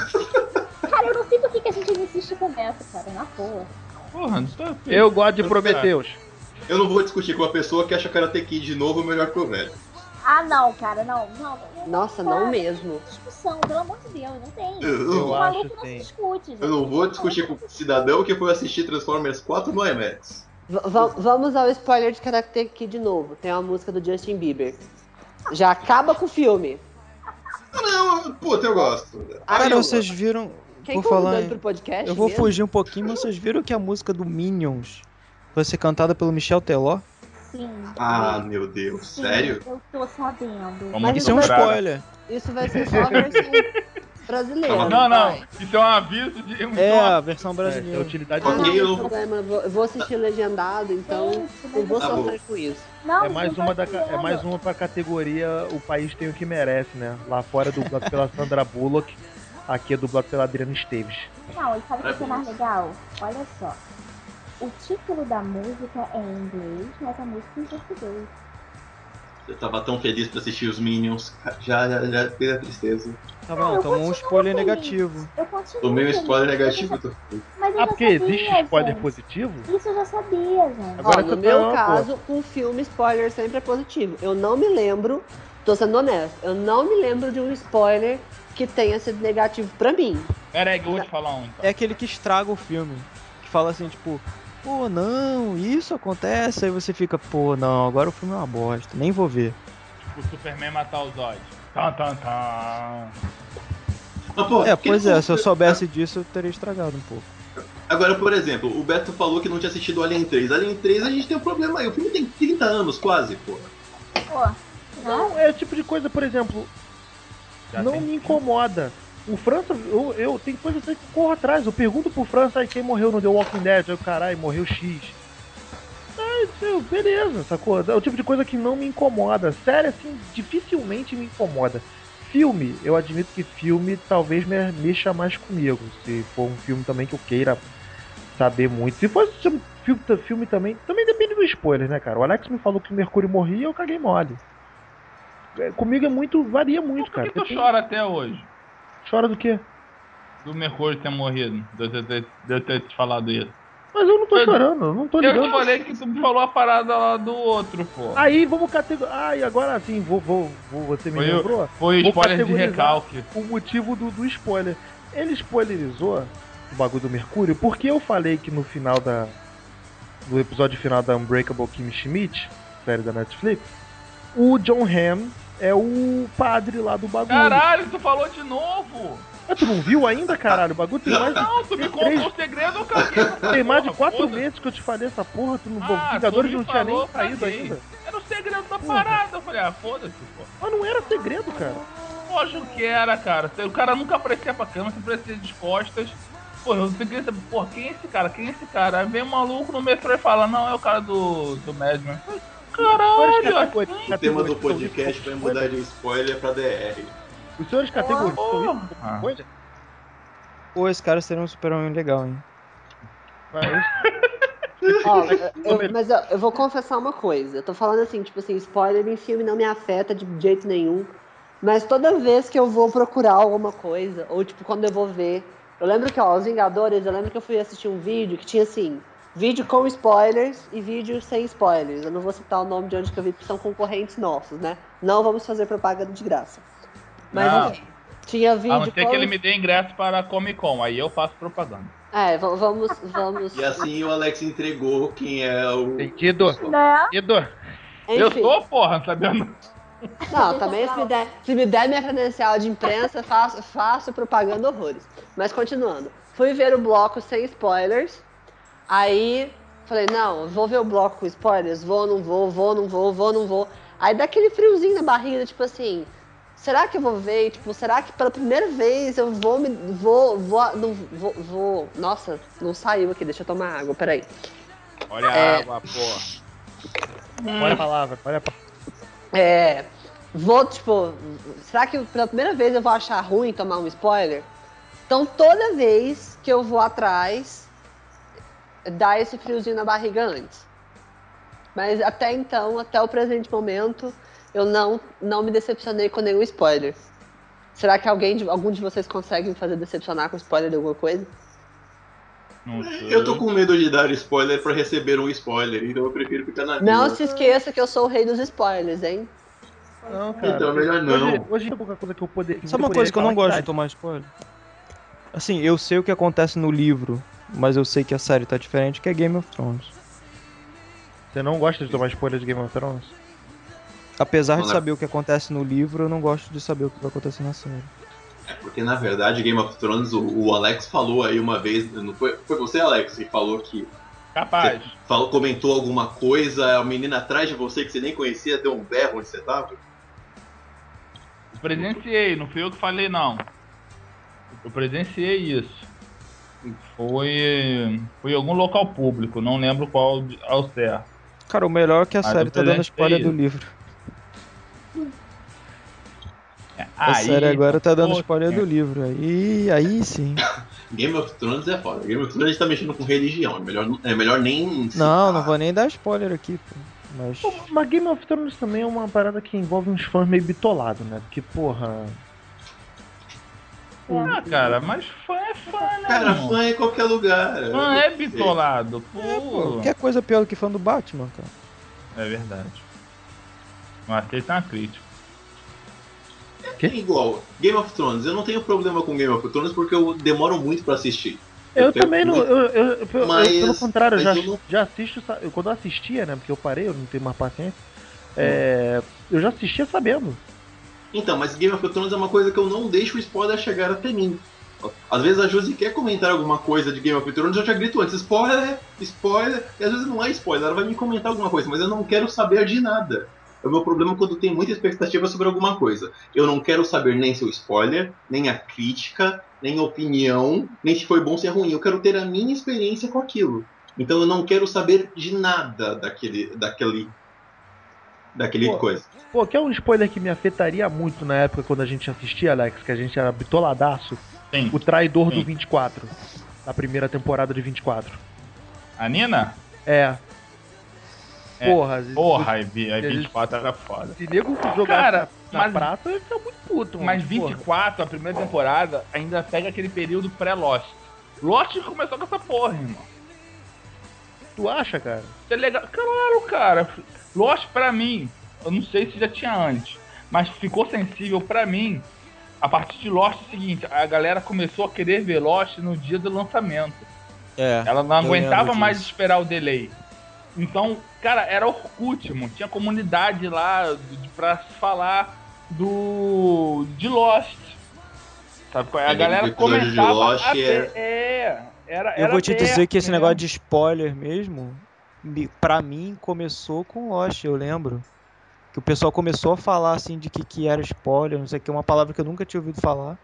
Speaker 6: cara, eu não sei por que que a gente insiste com essa, cara, na boa.
Speaker 1: Porra, não tá
Speaker 3: Eu gosto de
Speaker 1: Tá.
Speaker 3: Prometheus.
Speaker 4: Eu não vou discutir com uma pessoa que acha Karate Kid de novo melhor que o velho.
Speaker 6: Ah, não, cara, não, não. não
Speaker 5: Nossa,
Speaker 6: tá
Speaker 5: não mesmo.
Speaker 6: Discussão, pelo amor de Deus, não tem.
Speaker 4: Eu, eu-
Speaker 3: Eu
Speaker 6: O
Speaker 3: acho,
Speaker 6: maluco não se
Speaker 3: sim.
Speaker 6: discute, gente.
Speaker 4: eu não vou discutir com o cidadão que foi assistir Transformers 4 no IMAX.
Speaker 5: V- va- vamos ao spoiler de Karate Kid de novo. Tem uma música do Justin Bieber. Já acaba com o filme.
Speaker 4: Ah, Não, eu- puta, eu gosto.
Speaker 2: Cara,
Speaker 5: Caramba.
Speaker 2: vocês viram.
Speaker 5: Quem
Speaker 2: vou
Speaker 5: convidou
Speaker 2: falar.
Speaker 5: ele pro podcast?
Speaker 2: Eu vou
Speaker 5: mesmo?
Speaker 2: fugir um pouquinho, mas vocês viram que a música do Minions vai ser cantada pelo Michel Teló?
Speaker 6: Sim.
Speaker 4: Ah, meu Deus,
Speaker 6: sim,
Speaker 4: sério?
Speaker 6: Eu tô sabendo.
Speaker 1: Vamos
Speaker 5: Mas
Speaker 2: Isso é um
Speaker 5: vai-
Speaker 2: spoiler.
Speaker 5: Isso vai ser só a versão brasileira.
Speaker 4: Tá
Speaker 1: Não, não,
Speaker 5: vai.
Speaker 1: isso é um aviso de. isso
Speaker 2: É
Speaker 1: é um
Speaker 2: a versão
Speaker 3: É, é
Speaker 2: brasileira.
Speaker 3: utilidade
Speaker 5: Ah, não
Speaker 4: Ok, eu
Speaker 5: tem
Speaker 4: não-
Speaker 5: problema. eu vou- Eu vou assistir legendado, então
Speaker 6: Gente, mas
Speaker 5: não vou
Speaker 4: Tá bom.
Speaker 5: sofrer com isso.
Speaker 6: Não,
Speaker 3: É mais,
Speaker 6: não
Speaker 3: uma
Speaker 6: tá
Speaker 3: da, ca- é
Speaker 6: entendendo.
Speaker 3: mais uma pra categoria O País Tem o que Merece, né? Lá fora é dublado pela Sandra Bullock, aqui é dublado pela Adriana Esteves.
Speaker 6: Não, e sabe o que é mais legal? Olha só. O título da música é em inglês, mas a música é em português.
Speaker 4: Eu tava tão feliz pra assistir os Minions. Já, já, já fez a tristeza.
Speaker 2: Tá
Speaker 6: Não,
Speaker 2: bom,
Speaker 6: eu
Speaker 2: tomou um
Speaker 6: continuo
Speaker 2: spoiler
Speaker 6: feliz.
Speaker 2: negativo.
Speaker 6: Eu continuo.
Speaker 4: Tomei um
Speaker 6: feliz,
Speaker 4: spoiler
Speaker 6: mas eu já-
Speaker 4: negativo. do-
Speaker 6: Mas eu
Speaker 3: Ah,
Speaker 6: já
Speaker 3: porque
Speaker 6: sabia,
Speaker 3: existe spoiler
Speaker 6: gente.
Speaker 3: positivo?
Speaker 6: Isso eu já sabia, gente.
Speaker 3: Agora que
Speaker 5: Ó, no
Speaker 3: eu tô
Speaker 5: meu
Speaker 3: louco.
Speaker 5: caso, um filme spoiler sempre é positivo. Eu não me lembro, tô sendo honesto, eu não me lembro de um spoiler que tenha sido negativo pra mim.
Speaker 1: Pera aí que eu vou te falar um. Então.
Speaker 2: É aquele que estraga o filme. Que fala assim, tipo, pô, não, isso acontece. Aí você fica, pô, não, agora o filme é uma bosta, nem vou ver.
Speaker 1: O Superman matar o Zod. Tan, tan, tan.
Speaker 4: Mas, pô,
Speaker 2: É,
Speaker 4: que-
Speaker 2: pois é, se eu soubesse disso, eu teria estragado um pouco.
Speaker 4: Agora, por exemplo, o Beto falou que não tinha assistido Alien 3. Alien 3 a gente tem um problema aí. O filme tem 30 anos quase, pô. É
Speaker 6: Pô, não,
Speaker 3: Não, é o tipo de coisa, por exemplo,
Speaker 1: Já
Speaker 3: não
Speaker 1: tem
Speaker 3: me incomoda. O França, eu, eu tenho coisa que eu corro atrás. Eu pergunto pro França aí quem morreu no The Walking Dead. Aí o caralho, morreu X. Ah, isso, beleza, sacou? É o tipo de coisa que não me incomoda. Sério, assim, dificilmente me incomoda. Filme, eu admito que filme talvez me mexa mais comigo. Se for um filme também que eu queira saber muito. Se fosse um filme, filme também, também depende do spoiler, né, cara? O Alex me falou que o Mercúrio morria e eu caguei mole. É, Comigo é muito, varia muito,
Speaker 1: Por
Speaker 3: cara.
Speaker 1: que tu
Speaker 3: Depende-
Speaker 1: chora até hoje?
Speaker 3: Chora do quê?
Speaker 1: Do Mercúrio ter morrido. De eu ter, de eu ter te falado isso.
Speaker 3: Mas eu não tô
Speaker 1: Eu-
Speaker 3: chorando, eu não tô
Speaker 1: Eu te
Speaker 3: ligando.
Speaker 1: falei que tu me falou a parada lá do outro, pô.
Speaker 3: Aí vamos categorizar. Ah, e agora sim, vou, vou, vou, você me
Speaker 1: Foi eu.
Speaker 3: lembrou
Speaker 1: Foi
Speaker 3: vou
Speaker 1: spoiler de
Speaker 3: categorizar.
Speaker 1: recalque.
Speaker 3: o motivo do, do spoiler. Ele spoilerizou o bagulho do Mercúrio porque eu falei que no final da. do episódio final da Unbreakable Kim Schmidt, série da Netflix, o John Hamm é o padre lá do bagulho.
Speaker 1: Caralho, tu falou de novo!
Speaker 3: Mas tu não viu ainda, caralho? O bagulho tem mais de
Speaker 1: Não, tu me
Speaker 3: Tem
Speaker 1: contou
Speaker 3: três-
Speaker 1: o segredo, eu caguei. nessa
Speaker 3: Tem mais de
Speaker 1: Ah, porra,
Speaker 3: quatro
Speaker 1: foda-se.
Speaker 3: meses que eu te falei essa porra, tu não.
Speaker 1: Ah,
Speaker 3: Vingadores
Speaker 1: tu me
Speaker 3: não tinha
Speaker 1: falou,
Speaker 3: nem saído
Speaker 1: caguei.
Speaker 3: ainda.
Speaker 1: Era o segredo da
Speaker 3: Porra.
Speaker 1: parada. Eu falei, ah, foda-se, pô.
Speaker 3: Mas não era segredo, cara.
Speaker 1: Lógico que era, cara. O cara nunca aparecia pra câmera, sempre aparecia de costas. Pô, eu queria saber, pô, quem é esse cara? Quem é esse cara? Aí vem um maluco no metrô e fala, não, é o cara do, do Madman.
Speaker 3: Os
Speaker 1: Caralho,
Speaker 3: senhores
Speaker 1: assim,
Speaker 3: categorias
Speaker 4: O tema do
Speaker 3: são ricos
Speaker 4: podcast
Speaker 3: com
Speaker 4: vai
Speaker 3: spoiler.
Speaker 4: mudar de spoiler pra DR.
Speaker 3: Os senhores categorias são ricos com
Speaker 1: porra.
Speaker 3: spoiler?
Speaker 2: Pô, esse cara seria um super-homem legal, hein?
Speaker 3: Mas-
Speaker 5: Ó, eu- eu- mas eu, eu vou confessar uma coisa. Eu tô falando assim, tipo assim, spoiler em filme não me afeta de jeito nenhum. Mas toda vez que eu vou procurar alguma coisa, ou tipo, quando eu vou ver. Eu lembro que, ó, Os Vingadores, eu lembro que eu fui assistir um vídeo que tinha assim. Vídeo com spoilers e vídeo sem spoilers. Eu não vou citar o nome de onde que eu vi, porque são concorrentes nossos, né? Não vamos fazer propaganda de graça. Mas
Speaker 1: Não.
Speaker 5: enfim, tinha vídeo.
Speaker 1: A não ser
Speaker 5: com-
Speaker 1: ah, que ele me dê ingresso para a Comic Con, aí eu faço propaganda.
Speaker 5: É, v- vamos. vamos...
Speaker 4: E assim o Alex entregou quem é o.
Speaker 1: Sentido?
Speaker 6: Não,
Speaker 1: Sentido? Eu sou, porra, sabia? não?
Speaker 5: Não, também se me der, se me der minha credencial de imprensa, faço, faço propaganda horrores. Mas continuando, fui ver o bloco sem spoilers. Aí falei, não, eu vou ver o bloco com spoilers, vou, não vou, vou, não vou, vou, não vou. Aí dá aquele friozinho na barriga, tipo assim, será que eu vou ver? Tipo, será que pela primeira vez eu vou me. vou, vou, não, vou, vou. Nossa, não saiu aqui, deixa eu tomar água, peraí.
Speaker 1: Olha a água, porra. Hum.
Speaker 3: Olha a palavra, olha a palavra.
Speaker 5: É. Vou, tipo, será que pela primeira vez eu vou achar ruim tomar um spoiler? Então toda vez que eu vou atrás, dá esse friozinho na barriga antes. Mas até então, até o presente momento, eu não, não me decepcionei com nenhum spoiler. Será que alguém, de- algum de vocês consegue me fazer decepcionar com spoiler de alguma coisa?
Speaker 1: Não sei.
Speaker 4: Eu tô com medo de dar spoiler pra receber um spoiler, então eu prefiro ficar na
Speaker 5: Não
Speaker 4: minha.
Speaker 5: se esqueça que eu sou o rei dos spoilers, hein?
Speaker 3: Não, cara.
Speaker 4: Então, melhor não.
Speaker 3: Hoje, hoje tem pouca coisa que eu poderia.
Speaker 2: Sabe uma coisa que eu não gosto de tomar spoiler? Assim, eu sei o que acontece no livro, mas eu sei que a série tá diferente, que é Game of Thrones.
Speaker 3: Você não gosta de tomar spoiler de Game of Thrones?
Speaker 2: Apesar de
Speaker 4: Olha.
Speaker 2: saber o que acontece no livro, eu não gosto de saber o que vai acontecer na série.
Speaker 4: É porque na verdade Game of Thrones, o, o Alex falou aí uma vez, não foi, foi você, Alex, que falou que
Speaker 1: Capaz.
Speaker 4: falou, comentou alguma coisa, a menina atrás de você que você nem conhecia deu um berro onde você tava?
Speaker 1: Presenciei, não fui eu que falei, não. Eu presenciei isso. Foi, foi em algum local público, não lembro qual de- ao certo.
Speaker 2: Cara, o melhor é que a
Speaker 1: Mas
Speaker 2: série
Speaker 1: o
Speaker 2: tá dando
Speaker 1: presente
Speaker 2: spoiler
Speaker 1: é
Speaker 2: do
Speaker 1: isso.
Speaker 2: livro. A
Speaker 1: Aí,
Speaker 2: série agora tá dando
Speaker 1: pô,
Speaker 2: spoiler do livro. Aí, aí sim.
Speaker 4: Game of Thrones é foda. Game of Thrones tá mexendo com religião, é melhor, é melhor nem.
Speaker 2: Não, não vou nem dar spoiler aqui, pô. Mas.
Speaker 3: Pô, Mas Game of Thrones também é uma parada que envolve uns fãs meio bitolados, né? Porque, porra.
Speaker 1: Ah, cara, mas fã é fã, né?
Speaker 4: Cara,
Speaker 1: irmão?
Speaker 4: fã é em qualquer lugar.
Speaker 1: Fã é bitolado, pô.
Speaker 2: é, Pô, qualquer coisa pior do que fã do Batman, cara.
Speaker 1: É verdade. Não aceita uma crítica.
Speaker 4: É Igual, Game of Thrones, eu não tenho problema com Game of Thrones porque eu demoro muito pra assistir.
Speaker 3: Eu,
Speaker 4: tenho
Speaker 3: também não.
Speaker 4: muito-
Speaker 3: Eu, eu- eu- eu-
Speaker 4: Mas-
Speaker 3: pelo contrário, eu
Speaker 4: mas
Speaker 3: já,
Speaker 4: eu não-
Speaker 3: já assisto. sa- Eu, quando eu assistia, né? Porque eu parei, eu não tenho mais paciência.
Speaker 4: Hum.
Speaker 3: é, eu já assistia sabendo.
Speaker 4: Então, mas Game of Thrones é uma coisa que eu não deixo o spoiler chegar até mim. Às vezes a Josi quer comentar alguma coisa de Game of Thrones, eu já grito antes, spoiler, spoiler, e às vezes não é spoiler, ela vai me comentar alguma coisa, mas eu não quero saber de nada. É o meu problema quando tem muita expectativa sobre alguma coisa. Eu não quero saber nem seu spoiler, nem a crítica, nem a opinião, nem se foi bom ou se é ruim. Eu quero ter a minha experiência com aquilo. Então eu não quero saber de nada daquele. daquele. daquele
Speaker 3: Pô,
Speaker 4: coisa.
Speaker 3: Pô, que é um spoiler que me afetaria muito na época quando a gente assistia, Alex, que a gente era bitoladaço.
Speaker 1: Sim.
Speaker 3: O Traidor
Speaker 4: Hum.
Speaker 1: Sim.
Speaker 3: do 24. Da primeira temporada de 24.
Speaker 1: A Nina?
Speaker 3: É.
Speaker 1: É.
Speaker 3: Porra,
Speaker 1: Porra, aí vi- aí 24 era foda.
Speaker 3: se nego jogar
Speaker 1: Cara,
Speaker 3: na
Speaker 1: mas-
Speaker 3: prata, ele fica muito puto, mano.
Speaker 1: Mas
Speaker 3: Porra.
Speaker 1: 24, a primeira temporada, ainda pega aquele período pré-Lost. Lost começou com essa porra, irmão.
Speaker 3: Tu acha, cara?
Speaker 1: Isso é legal. Claro, cara. Lost pra mim, eu não sei se já tinha antes, mas ficou sensível pra mim. A partir de Lost é o seguinte, a galera começou a querer ver Lost no dia do lançamento.
Speaker 2: É.
Speaker 1: Ela não
Speaker 2: Eu
Speaker 1: aguentava
Speaker 2: lembro
Speaker 1: mais
Speaker 2: disso.
Speaker 1: esperar o delay. Então, cara, era Orkut, mano. Tinha comunidade lá de, pra se falar do. de Lost. Sabe qual é? A
Speaker 4: É,
Speaker 1: galera
Speaker 4: o episódio de
Speaker 1: comentava.
Speaker 4: Lost
Speaker 1: a ver-
Speaker 4: era-
Speaker 1: É, era,
Speaker 2: Eu
Speaker 1: era
Speaker 2: vou te dizer
Speaker 1: aberto
Speaker 2: que esse
Speaker 1: mesmo.
Speaker 2: negócio de spoiler mesmo, me- pra mim, começou com Lost, eu lembro. Que o pessoal começou a falar assim de que, que era spoiler, não sei o que, uma palavra que eu nunca tinha ouvido falar.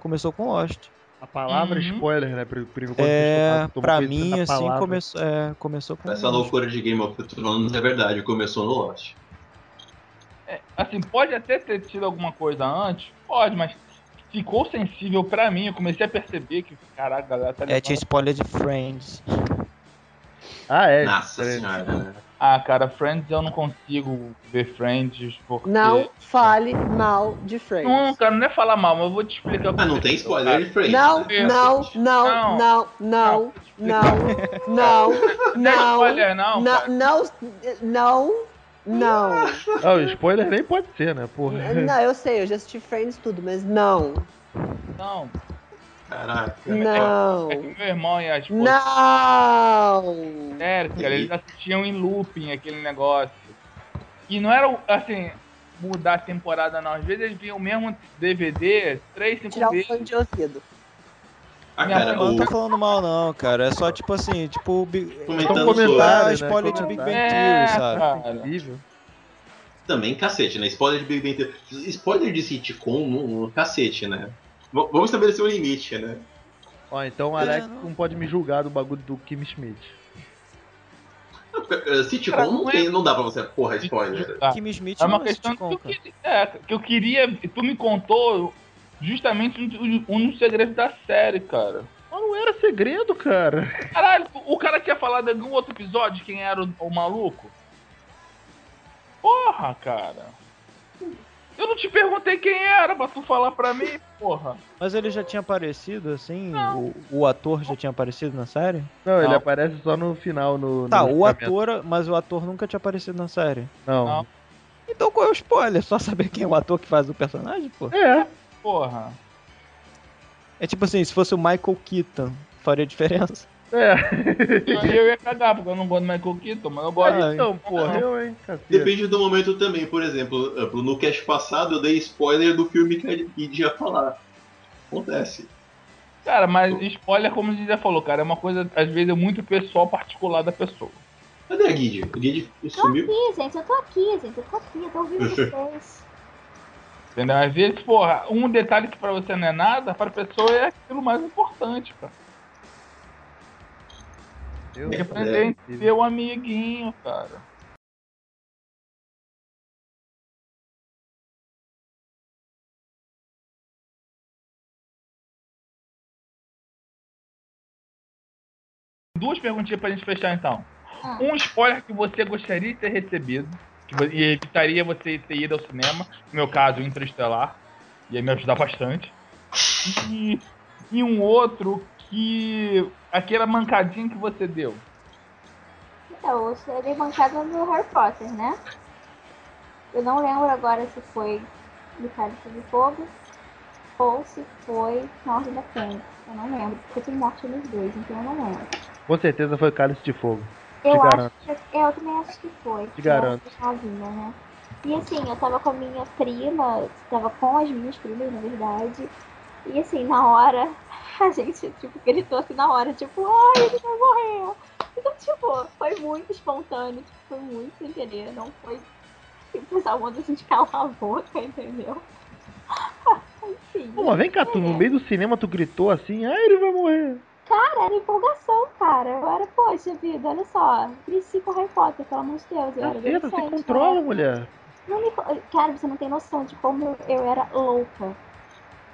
Speaker 2: Começou com Lost.
Speaker 3: A palavra
Speaker 1: Uhum.
Speaker 3: spoiler, né? pri- pri- quando vocês
Speaker 2: É,
Speaker 3: falam, toma
Speaker 2: pra
Speaker 3: cuidado
Speaker 2: mim,
Speaker 3: um na
Speaker 2: assim,
Speaker 3: palavra.
Speaker 2: começou, é, começou pra
Speaker 4: Essa
Speaker 2: mim.
Speaker 4: loucura de Game of Thrones é verdade, começou no Lost.
Speaker 1: Assim, pode até ter tido alguma coisa antes, pode, mas ficou sensível pra mim. Eu comecei a perceber que, caraca, a galera tá
Speaker 2: É, tinha
Speaker 1: levando-
Speaker 2: spoiler de Friends.
Speaker 3: Ah, é.
Speaker 4: Nossa
Speaker 3: é,
Speaker 4: senhora, né?
Speaker 1: Ah, cara, Friends eu não consigo ver Friends porque.
Speaker 5: Não fale mal de Friends.
Speaker 1: Não, cara, não é falar mal, mas eu vou te explicar.
Speaker 4: Ah, não
Speaker 1: por
Speaker 4: tem
Speaker 1: quê,
Speaker 4: spoiler de Friends.
Speaker 5: Não,
Speaker 4: né?
Speaker 5: É, não, não, não, não, não, não,
Speaker 1: Não é
Speaker 5: não,
Speaker 1: spoiler, não.
Speaker 5: não,
Speaker 1: cara.
Speaker 5: não, não, não.
Speaker 3: Não, spoiler nem pode ser, né? Porra.
Speaker 5: Não, eu sei, eu já assisti Friends tudo, mas não,
Speaker 1: Não.
Speaker 4: Caraca.
Speaker 5: não,
Speaker 1: É que meu irmão e a esposa.
Speaker 5: não.
Speaker 1: Sério, cara, eles assistiam em looping aquele negócio. E não era, assim, mudar a temporada, não. Às vezes eles viam o mesmo DVD três, cinco
Speaker 5: Tirar o
Speaker 1: vezes.
Speaker 5: fone de ouvido.
Speaker 4: Ah,
Speaker 1: Minha
Speaker 4: cara,
Speaker 1: mãe
Speaker 4: o-
Speaker 2: Não tô falando mal, não, cara. É só tipo assim, tipo. Big...
Speaker 4: Comentando
Speaker 2: Então,
Speaker 4: sobre.
Speaker 2: ah,
Speaker 3: né,
Speaker 2: spoiler de
Speaker 3: comentário.
Speaker 2: Big Bang
Speaker 1: É,
Speaker 2: Theory, sabe?
Speaker 1: cara.
Speaker 3: Incrível.
Speaker 4: Também cacete, né? Spoiler de Big Bang Theory. Spoiler de sitcom, no, no cacete, né? V- vamos estabelecer um limite, né?
Speaker 3: Ó, então o Alex
Speaker 2: É, não.
Speaker 3: não. pode me julgar do bagulho do Kim Schmidt.
Speaker 4: Ah, eh, Sitcom
Speaker 1: Cara,
Speaker 4: não,
Speaker 1: não é-
Speaker 4: tem, não dá pra você, porra, spoiler.
Speaker 1: Ah,
Speaker 2: Kim Smith
Speaker 1: É uma
Speaker 2: não
Speaker 1: questão que
Speaker 2: sitcom,
Speaker 1: eu,
Speaker 2: cara.
Speaker 1: queria, é, que eu queria. Tu me contou justamente um, dos- um dos segredos da série, cara.
Speaker 3: Mas não era segredo, cara.
Speaker 1: Caralho, o cara tinha falado em algum outro episódio quem era o, o maluco? Porra, cara. Eu não te perguntei quem era pra tu falar pra mim, porra.
Speaker 2: Mas ele já tinha aparecido, assim? O, o ator já tinha aparecido na série?
Speaker 3: Não, ele
Speaker 1: Não.
Speaker 3: aparece só no final. No,
Speaker 2: Tá,
Speaker 3: no
Speaker 2: o
Speaker 3: julgamento.
Speaker 2: ator, mas o ator nunca tinha aparecido na série.
Speaker 3: Não.
Speaker 1: Não.
Speaker 2: Então qual é o spoiler? Só saber quem é o ator que faz o personagem, pô?
Speaker 3: É.
Speaker 1: Porra.
Speaker 2: É tipo assim, se fosse o Michael Keaton, faria diferença.
Speaker 3: É.
Speaker 1: Eu, eu ia cagar, porque eu não gosto do Michael Keaton, mas eu gosto.
Speaker 2: Ah,
Speaker 3: então, porra,
Speaker 1: não.
Speaker 3: eu, hein, cacete.
Speaker 4: Depende do momento também, por exemplo, eh, no cast passado eu dei spoiler do filme que a gente ia falar. Acontece.
Speaker 1: Cara, mas spoiler, como o Zé falou, cara, é uma coisa, às vezes, é muito pessoal, particular da pessoa.
Speaker 4: Cadê a Guide? A Guide
Speaker 6: Tô
Speaker 4: sumiu?
Speaker 6: aqui, gente, eu tô aqui, gente, eu tô aqui, eu tô ouvindo vocês.
Speaker 1: Entendeu? Às vezes, porra, um detalhe que pra você não é nada, pra pessoa é aquilo mais importante, cara.
Speaker 3: Eu-
Speaker 1: Tem que aprender a entender o amiguinho, cara. Duas perguntinhas pra gente fechar então.
Speaker 6: Ah.
Speaker 1: Um spoiler que você gostaria de ter recebido, que vo- e evitaria você ter ido ao cinema, no meu caso, Interestelar, ia me ajudar bastante. E, e um outro que. aquela mancadinha que você deu.
Speaker 6: Então, eu serei bancada no Harry Potter, né? Eu não lembro agora se foi do Cálice de Fogo ou se foi na Ordem da Fênix. Eu não lembro, porque tem morte nos dois, então eu não lembro.
Speaker 3: Com certeza foi Cálice de Fogo.
Speaker 6: Eu acho
Speaker 3: garanto.
Speaker 6: que. Eu também acho que foi.
Speaker 3: Te garanto.
Speaker 6: Eu tava Sozinha, né? E assim, eu tava com a minha prima, tava com as minhas primas, na verdade. E assim, na hora, a gente, tipo, gritou assim na hora, tipo, ai, ele vai morrer. Então, tipo, foi muito espontâneo, tipo, foi muito sem querer, não foi tipo, só mandou a gente calar a boca, entendeu? Enfim,
Speaker 3: Pô, mas vem cá, tu no meio do cinema tu gritou assim, ah, ele vai morrer.
Speaker 6: cara, era empolgação, cara. Eu era, poxa vida, olha só, cresci com Harry Potter, pelo amor de Deus, eu era
Speaker 3: Caceta, você
Speaker 6: adolescente,
Speaker 3: controla,
Speaker 6: né?
Speaker 3: mulher.
Speaker 6: Não me... Cara, você não tem noção de como eu era louca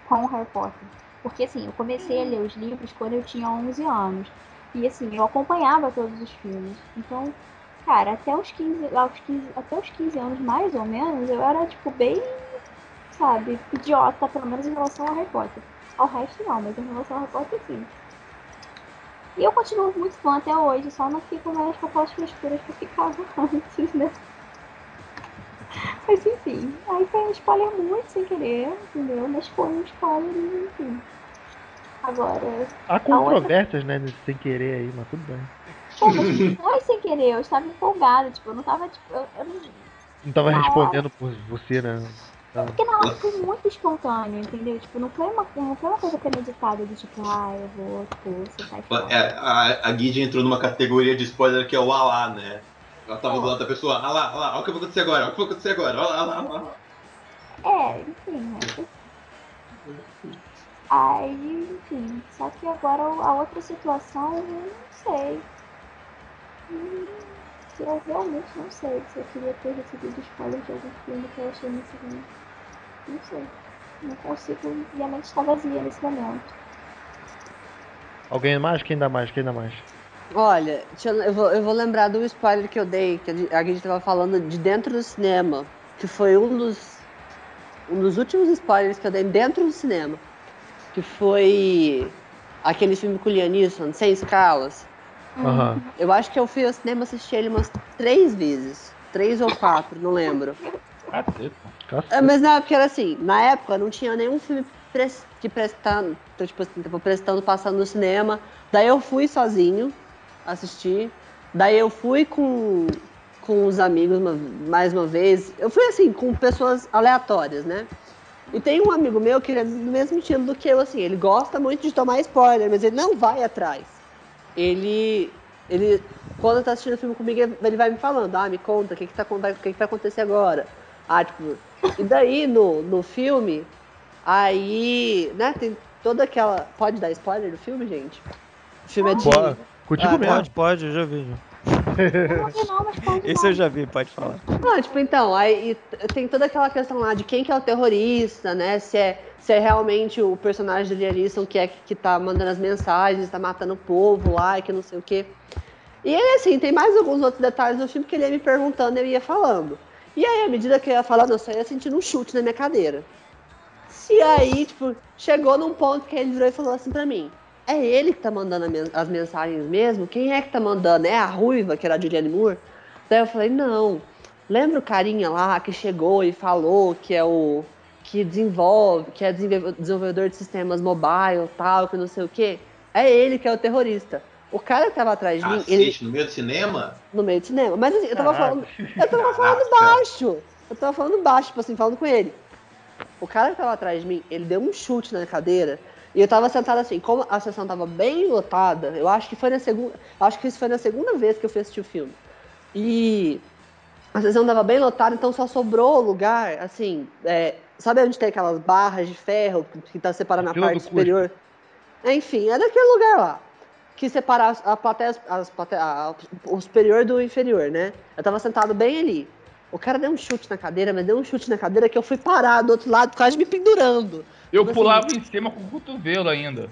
Speaker 6: com o Harry Potter. Porque assim, eu comecei a ler os livros quando eu tinha 11 anos. E assim, eu acompanhava todos os filmes. Então, cara, até os 15, lá os 15 até os 15 anos mais ou menos, eu era tipo bem, sabe, idiota, pelo menos em relação ao Harry Potter. Ao resto não, mas em relação ao Harry Potter sim. E eu continuo muito fã até hoje, só não fico mais com aquelas frescuras que eu ficava antes, né? Mas enfim, aí foi um spoiler muito sem querer, entendeu? Mas foi um spoiler, e, enfim. Agora,
Speaker 3: Há controvérsias, né, nesse sem querer aí, mas tudo bem.
Speaker 6: pô, mas não foi um sem querer, eu estava empolgada, tipo, eu não tava, tipo, eu, eu não.
Speaker 3: Não tava
Speaker 6: Na hora.
Speaker 3: respondendo por você, né?
Speaker 6: Porque na hora foi muito espontâneo, entendeu? Tipo, não foi uma, não foi uma coisa premeditada do tipo, ah, eu vou, tipo, você sai fora.
Speaker 4: É, a, a Guide entrou numa categoria de spoiler que é o alá, né? Ela tava do lado da pessoa, alá, alá, olha o que vai acontecer agora, olha o que vai acontecer agora, alá, alá, alá.
Speaker 6: É, enfim, né? Aí, enfim, só que agora a outra situação eu não sei. Hum, Eu realmente não sei se eu queria ter recebido spoiler de algum filme que eu achei muito ruim. Não sei. Não consigo, minha mente está vazia nesse momento.
Speaker 3: Alguém mais? Quem dá mais? Quem dá mais?
Speaker 5: Olha, deixa eu, eu vou, eu vou lembrar do spoiler que eu dei, que a gente tava falando de dentro do cinema, que foi um dos, um dos últimos spoilers que eu dei dentro do cinema, que foi aquele filme com o Lianisson, Sem Escalas.
Speaker 6: Hum.
Speaker 3: Aham.
Speaker 5: Eu acho que eu fui ao cinema assistir ele umas três vezes, três ou quatro, não lembro.
Speaker 1: Caceta.
Speaker 5: É, mas não, porque era assim, na época não tinha nenhum filme pres- que prestando, então, tipo assim, tava prestando, passando no cinema. Daí eu fui sozinho assistir. Daí eu fui com, com os amigos uma- mais uma vez. Eu fui assim, com pessoas aleatórias, né? E tem um amigo meu que ele é do mesmo estilo do que eu, assim, ele gosta muito de tomar spoiler, mas ele não vai atrás. Ele. Ele. Quando tá assistindo o filme comigo, ele vai me falando, ah, me conta, o que, que, tá, acon- vai- o que, que vai acontecer agora? Ah, tipo, e daí no, no filme, aí, né, tem toda aquela. Pode dar spoiler do filme, gente? O filme é de.
Speaker 2: tipo,
Speaker 3: Boa. Contigo
Speaker 5: Ah,
Speaker 3: mesmo.
Speaker 2: Pode, pode, eu já vi. já.
Speaker 6: Eu não vi não, mas pode
Speaker 2: Esse
Speaker 6: não.
Speaker 2: eu já vi, pode falar.
Speaker 5: Não, tipo, então, aí e t- tem toda aquela questão lá de quem que é o terrorista, né? Se é, se é realmente o personagem do Liam Neeson que é que, que tá mandando as mensagens, tá matando o povo lá, e que não sei o quê. E aí, assim, tem mais alguns outros detalhes do filme que ele ia me perguntando e eu ia falando. E aí, à medida que eu ia falando, eu só ia sentindo um chute na minha cadeira. E aí, tipo, chegou num ponto que ele virou e falou assim pra mim: É ele que tá mandando a men- as mensagens mesmo? Quem é que tá mandando? É a ruiva, que era a Julianne Moore? Daí eu falei: Não. Lembra o carinha lá que chegou e falou que é o. que desenvolve, que é desenve- desenvolvedor de sistemas mobile tal, que não sei o quê? É ele que é o terrorista. O cara que tava atrás de mim, ele,
Speaker 4: Cacete, no meio do cinema?
Speaker 5: no meio do cinema. Mas assim, eu tava
Speaker 3: Caraca.
Speaker 5: falando. Eu tava falando
Speaker 4: Caraca.
Speaker 5: baixo. Eu tava falando baixo, tipo assim, falando com ele. O cara que tava atrás de mim, ele deu um chute na cadeira. E eu tava sentada assim, como a sessão tava bem lotada, eu acho que foi na segunda. Acho que isso foi na segunda vez que eu fui assistir o filme. E a sessão tava bem lotada, então só sobrou lugar, assim. é, sabe onde tem aquelas barras de ferro que- que tá separando a
Speaker 3: Fila do
Speaker 5: parte
Speaker 3: Cusco.
Speaker 5: superior? Enfim, é daquele lugar lá que separa as- a plateia, as plate- a- o superior do inferior, né? Eu tava sentado bem ali. O cara deu um chute na cadeira, mas deu um chute na cadeira que eu fui parar do outro lado, quase me pendurando.
Speaker 1: Eu
Speaker 5: Tipo assim-
Speaker 1: pulava em cima com o cotovelo ainda.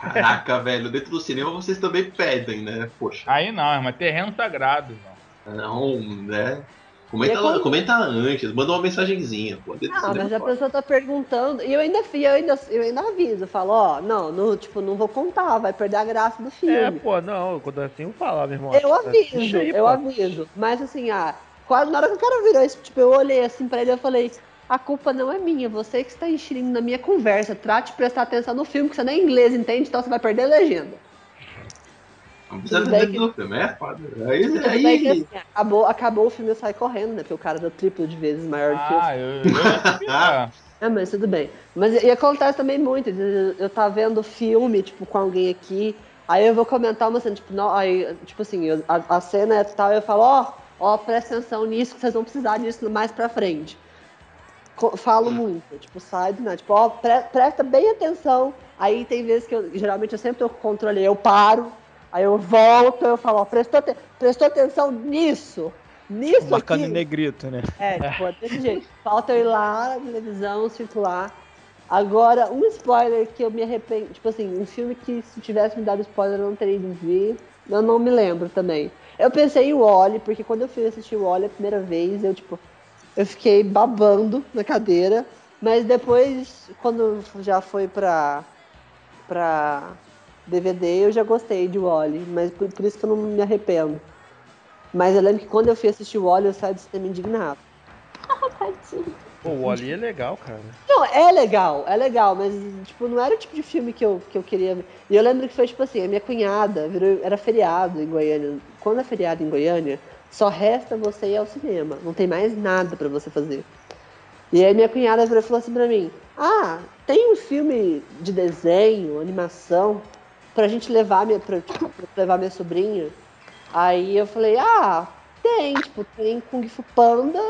Speaker 4: Caraca, velho, dentro do cinema vocês também pedem, né? Poxa,
Speaker 1: Aí não, é mas terreno sagrado, irmão.
Speaker 4: não, né? Comenta,
Speaker 5: E é quando-
Speaker 4: comenta antes, manda uma mensagenzinha, pô. Dentro do
Speaker 5: Ah,
Speaker 4: cinema,
Speaker 5: mas a
Speaker 4: pô.
Speaker 5: pessoa tá perguntando. E eu ainda, fi- eu ainda, eu ainda aviso, eu falo, ó, não, não, tipo, não vou contar, vai perder a graça do
Speaker 3: É,
Speaker 5: filme.
Speaker 3: pô, não, quando é assim eu falo, meu irmão.
Speaker 5: eu
Speaker 3: Assiste
Speaker 5: aviso,
Speaker 3: aí,
Speaker 5: eu
Speaker 3: pô.
Speaker 5: aviso. Mas assim, ah, quase na hora que o cara virou isso, tipo, eu olhei assim pra ele eu falei. A culpa não é minha, você que está enchendo na minha conversa. Trate de prestar atenção no filme, que você nem inglês entende, então você vai perder a legenda.
Speaker 4: Não precisa
Speaker 5: tudo bem
Speaker 4: dentro
Speaker 5: que-
Speaker 4: do filme, é foda. Aí,
Speaker 5: Tudo
Speaker 4: aí-
Speaker 5: bem que, assim, acabou, acabou o filme eu saí correndo, né? Porque o cara era triplo de vezes maior do É que eu.
Speaker 1: Ah, eu, eu ia te pegar.
Speaker 5: Ah, mas tudo bem. Mas e acontece também muito. às vezes Eu eu tá vendo filme, tipo, com alguém aqui. Aí eu vou comentar uma cena, tipo, não, aí, tipo assim, eu- a, a cena é tal, eu falo, ó, ó, presta atenção nisso, que vocês vão precisar disso mais pra frente. Co- falo muito, tipo, sai do nada, tipo, ó, pre- presta bem atenção. Aí tem vezes que eu, geralmente eu sempre tô com o controle, aí eu paro, aí eu volto, eu falo, ó, prestou, te- prestou atenção nisso, nisso
Speaker 2: Marcando
Speaker 5: aqui.
Speaker 2: em negrito, né?
Speaker 5: É, tipo, é desse jeito. Falta eu ir lá na televisão, circular. Agora, um spoiler que eu me arrependo. Tipo assim, um filme que se tivesse me dado spoiler eu não teria ido ver. Eu não me lembro também. Eu pensei em Wally, porque quando eu fui assistir o Wally a primeira vez, eu, tipo, eu fiquei babando na cadeira. Mas depois, quando já foi pra, pra DVD, eu já gostei de Wally. Mas por, por isso que eu não me arrependo. Mas eu lembro que quando eu fui assistir o Wally, eu saí do cinema indignado.
Speaker 6: Tadinho.
Speaker 3: Pô, o Ali é legal, cara.
Speaker 5: Não, é legal, é legal, mas tipo, não era o tipo de filme que eu, que eu queria ver. E eu lembro que foi tipo assim, a minha cunhada virou, era feriado em Goiânia. Quando é feriado em Goiânia, só resta você ir ao cinema. Não tem mais nada pra você fazer. E aí minha cunhada virou e falou assim pra mim, ah, tem um filme de desenho, animação, pra gente levar minha, pra, tipo, pra levar minha sobrinha. Aí eu falei, ah, tem, tipo, tem Kung Fu Panda,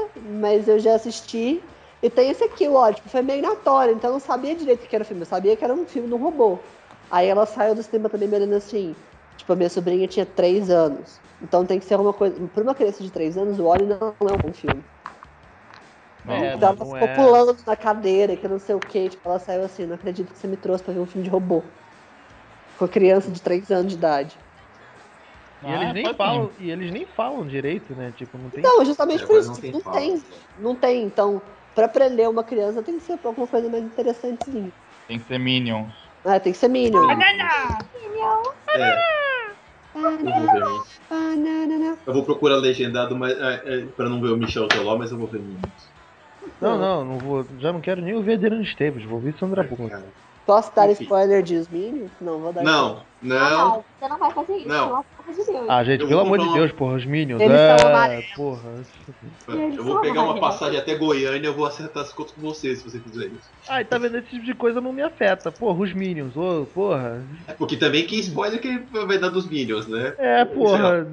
Speaker 5: mas eu já assisti. E tem esse aqui, ó, tipo, foi meio aleatório, então eu não sabia direito o que era o filme, eu sabia que era um filme de um robô. Aí ela saiu do cinema também me olhando assim, tipo, a minha sobrinha tinha 3 anos. Então tem que ser alguma coisa. Pra uma criança de 3 anos, o Oli não é um bom filme.
Speaker 1: É,
Speaker 5: então ela
Speaker 3: não
Speaker 5: ficou
Speaker 3: é.
Speaker 5: pulando na cadeira, que não sei o que, tipo, ela saiu assim, não acredito que você me trouxe pra ver um filme de robô. Com criança de 3 anos de idade.
Speaker 3: E
Speaker 1: Ah,
Speaker 3: eles, nem falam, e eles nem falam direito, né? Tipo, não tem.
Speaker 5: Então, justamente por
Speaker 4: Agora
Speaker 5: isso, tipo, não
Speaker 4: fala.
Speaker 5: tem, não tem. Então, pra prender uma criança tem que ser alguma coisa mais interessantezinha.
Speaker 1: Tem que ser Minion.
Speaker 5: Ah, tem que ser Minion.
Speaker 4: É, obviamente.
Speaker 5: Banana.
Speaker 4: Eu vou procurar legendado mas, é, é, pra não ver o Michel Teló, mas eu vou ver Minions.
Speaker 3: Não, não, não vou. Já não quero nem ouvir Adriano Esteves, vou ouvir Sandra Bullock.
Speaker 4: Cara.
Speaker 5: Posso dar
Speaker 4: Enfim.
Speaker 5: spoiler de Os Minions? Não, vou dar
Speaker 4: Não, não.
Speaker 6: Não, você não vai fazer isso,
Speaker 4: Não.
Speaker 6: pelo amor de Deus.
Speaker 3: Ah, gente,
Speaker 4: Eu
Speaker 3: pelo
Speaker 4: vou
Speaker 3: amor
Speaker 4: comprar
Speaker 3: de
Speaker 4: uma-
Speaker 3: Deus, porra, os Minions.
Speaker 5: Eles
Speaker 3: é,
Speaker 5: são amarelos.
Speaker 3: porra.
Speaker 4: Eu vou pegar uma
Speaker 3: né?
Speaker 4: passagem até Goiânia e eu vou acertar as contas com vocês se você fizer isso.
Speaker 3: Ai, tá vendo? Esse tipo de coisa não me afeta. Porra, os Minions, ô, porra.
Speaker 4: É Porque também que spoiler que vai dar dos Minions, né?
Speaker 3: É, porra.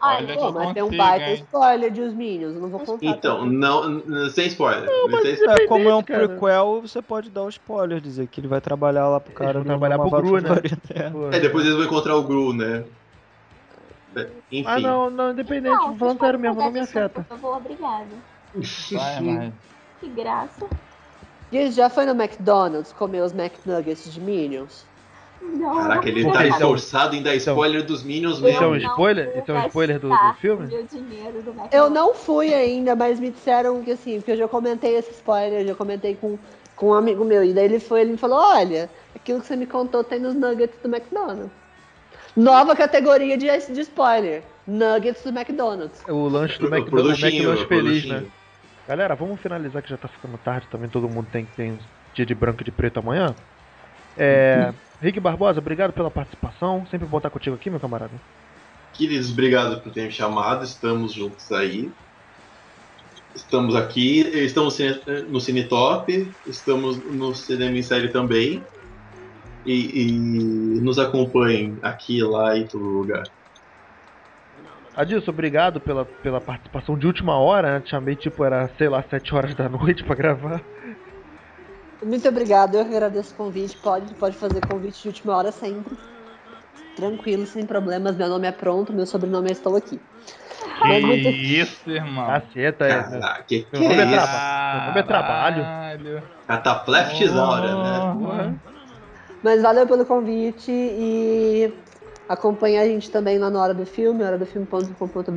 Speaker 1: Olha,
Speaker 5: Pô,
Speaker 1: eu
Speaker 5: mas tem um
Speaker 1: consigo,
Speaker 5: baita
Speaker 1: hein?
Speaker 5: spoiler de Os Minions, eu não vou
Speaker 3: Ah, tá.
Speaker 5: contar.
Speaker 4: Então, não, n- sem spoiler. sem spoiler.
Speaker 2: É, como é um
Speaker 3: cara.
Speaker 2: prequel, você pode dar o spoiler, dizer que ele vai trabalhar lá pro cara.
Speaker 3: vão
Speaker 2: no-
Speaker 3: trabalhar
Speaker 2: numa
Speaker 3: pro Gru, né?
Speaker 2: vareta. É.
Speaker 3: porra.
Speaker 4: É, depois eles vão encontrar o Gru, né? É, Enfim.
Speaker 3: Ah, não, não, independente, falando sério mesmo, não me afeta.
Speaker 6: Por favor, obrigado.
Speaker 1: Vai, mas...
Speaker 6: Que graça.
Speaker 5: Diz, já foi no McDonald's comer os McNuggets de Minions?
Speaker 6: Não,
Speaker 4: Caraca, ele
Speaker 6: não
Speaker 4: tá
Speaker 6: quero.
Speaker 3: Então-
Speaker 4: forçado em dar spoiler dos Minions
Speaker 3: Isso é um
Speaker 4: mesmo.
Speaker 3: spoiler?
Speaker 6: não
Speaker 3: Isso é
Speaker 6: vou
Speaker 3: um spoiler do, do
Speaker 6: gastar
Speaker 3: filme?
Speaker 6: Meu dinheiro do Mac
Speaker 5: Eu não fui ainda, mas me disseram que assim, porque eu já comentei esse spoiler, eu já comentei com, com um amigo meu. E daí ele foi, ele me falou: olha, aquilo que você me contou tem nos nuggets do McDonald's. Nova categoria de, de spoiler. Nuggets do McDonald's.
Speaker 3: O lanche do Mac, o Mac
Speaker 4: Produtinho,
Speaker 3: lanche feliz,
Speaker 4: produtinho.
Speaker 3: né? Galera, vamos finalizar que já tá ficando tarde também, todo mundo tem que ter um dia de branco e de preto amanhã.
Speaker 4: Uhum.
Speaker 3: É, Rick Barbosa, obrigado pela participação. Sempre bom estar contigo aqui, meu camarada.
Speaker 4: Queridos, obrigado por terem me chamado. Estamos juntos aí. Estamos aqui, estamos cine- no Cinetop, estamos no Cinema em Série também. E, e nos acompanhem aqui, lá e em todo lugar.
Speaker 3: Adilson, obrigado pela, pela participação de última hora, né? Te chamei, tipo, era, sei lá, 7 horas da noite pra gravar.
Speaker 5: Muito obrigado, eu que agradeço o convite. Pode, pode fazer convite de última hora sempre. Tranquilo, sem problemas. Meu nome é pronto, meu sobrenome é Estou aqui.
Speaker 1: Que
Speaker 5: Mas muito-
Speaker 1: isso, irmão.
Speaker 3: Caceta, é. né?
Speaker 4: Caraca, Ah. que, que
Speaker 3: Eu vou
Speaker 4: é
Speaker 3: metrar-
Speaker 4: isso?
Speaker 1: Caralho.
Speaker 3: é trabalho.
Speaker 4: Cataplept Isaura,
Speaker 1: Ah.
Speaker 4: né?
Speaker 1: Porra.
Speaker 5: Mas valeu pelo convite e acompanha a gente também lá na Hora do Filme, horadofilme.com.br,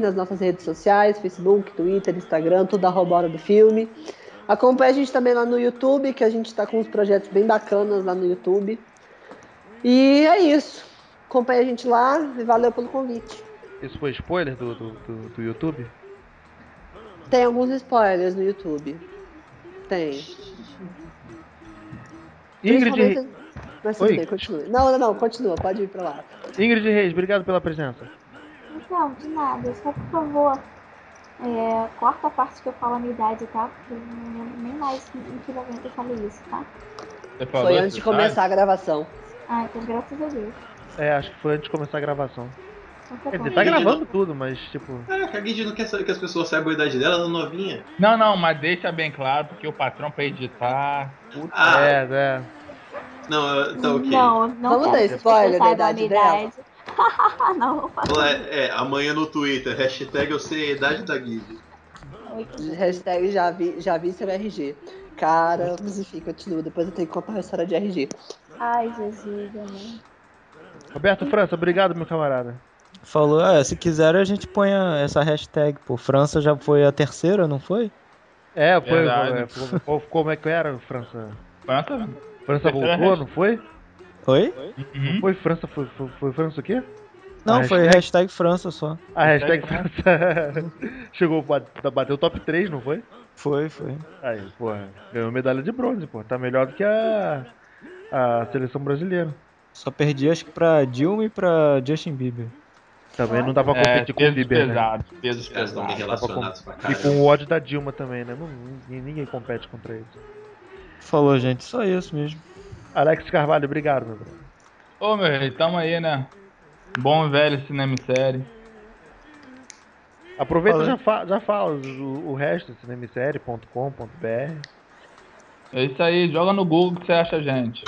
Speaker 5: nas nossas redes sociais, Facebook, Twitter, Instagram, tudo arroba Hora do Filme. Acompanha a gente também lá no YouTube, que a gente tá com uns projetos bem bacanas lá no YouTube. E é isso. Acompanha a gente lá e valeu pelo convite.
Speaker 3: Isso foi spoiler do, do, do, do YouTube?
Speaker 5: Tem alguns spoilers no YouTube. Tem.
Speaker 3: Ingrid,
Speaker 5: Principalmente- Mas tudo
Speaker 3: Oi.
Speaker 5: bem, continua. Não, não, não, continua, pode ir pra lá.
Speaker 3: Ingrid Reis, obrigado pela presença.
Speaker 6: Não, de nada. Só por favor, é, corta a parte que eu falo a minha idade, tá? Porque eu não lembro nem mais em que momento eu falei isso, tá?
Speaker 1: Você falou
Speaker 5: Foi antes
Speaker 1: essa
Speaker 5: de
Speaker 1: frase?
Speaker 5: começar a gravação.
Speaker 6: Ah, então graças a Deus.
Speaker 3: É, acho que foi antes de começar a gravação.
Speaker 6: Então, tá
Speaker 3: Quer
Speaker 6: bom.
Speaker 3: dizer, tá gravando tudo, mas, tipo...
Speaker 4: Caraca, a Guide não quer saber que as pessoas saibam a idade dela, ela é novinha.
Speaker 1: Não, não, mas deixa bem claro, porque o patrão pra editar. Puta,
Speaker 4: Ah,
Speaker 3: É, é.
Speaker 4: não, tá ok.
Speaker 6: Não, não
Speaker 5: Vamos
Speaker 6: quero
Speaker 5: dar
Speaker 6: que as
Speaker 5: spoiler
Speaker 6: pessoas
Speaker 5: da
Speaker 6: saibam a
Speaker 5: idade
Speaker 6: minha
Speaker 5: dela?
Speaker 6: idade. não, não faço
Speaker 4: Ela é, é, amanhã no Twitter, hashtag eu sei a idade da Guide.
Speaker 6: isso.
Speaker 5: Hashtag já vi, já vi seu RG. Cara, mas enfim, continua. Depois eu tenho que contar a história de RG.
Speaker 6: Ai, Jesus, né? amém.
Speaker 3: Roberto França, obrigado, meu camarada.
Speaker 2: Falou, ah, se quiser a gente põe a- essa hashtag, pô. França já foi a terceira, não foi?
Speaker 3: É, foi...
Speaker 1: Verdade.
Speaker 3: é, foi- qual- como é que era, França?
Speaker 1: França.
Speaker 3: França voltou, não foi?
Speaker 2: Oi?
Speaker 1: Uhum.
Speaker 3: Foi França, foi, foi, foi França o quê?
Speaker 2: Não,
Speaker 3: A
Speaker 2: foi hashtag França só.
Speaker 3: A hashtag França
Speaker 1: né?
Speaker 3: chegou, bate- bateu o top 3, não foi?
Speaker 2: Foi, foi.
Speaker 3: Aí, porra, ganhou medalha de bronze, pô. Tá melhor do que a, a seleção brasileira.
Speaker 2: Só perdi acho que pra Dilma e pra Justin Bieber.
Speaker 3: Também não dá pra
Speaker 1: É,
Speaker 3: competir com o
Speaker 1: pesos
Speaker 3: Bieber, né?
Speaker 1: pesados, pesos
Speaker 4: Elas estão bem
Speaker 1: pesados.
Speaker 4: relacionadas É, pra
Speaker 3: E
Speaker 4: caralho.
Speaker 3: com o ódio da Dilma também, né? Não- ninguém, ninguém compete contra isso.
Speaker 2: Falou, gente, só isso mesmo.
Speaker 3: Alex Carvalho, obrigado, meu brother.
Speaker 1: Ô, meu rei, tamo aí, né? Bom velho cinema e série.
Speaker 3: Aproveita e
Speaker 2: Fala.
Speaker 3: já, fa já fala o, o resto, cinemissérie.com.br.
Speaker 1: É isso aí, joga no Google que você acha a gente.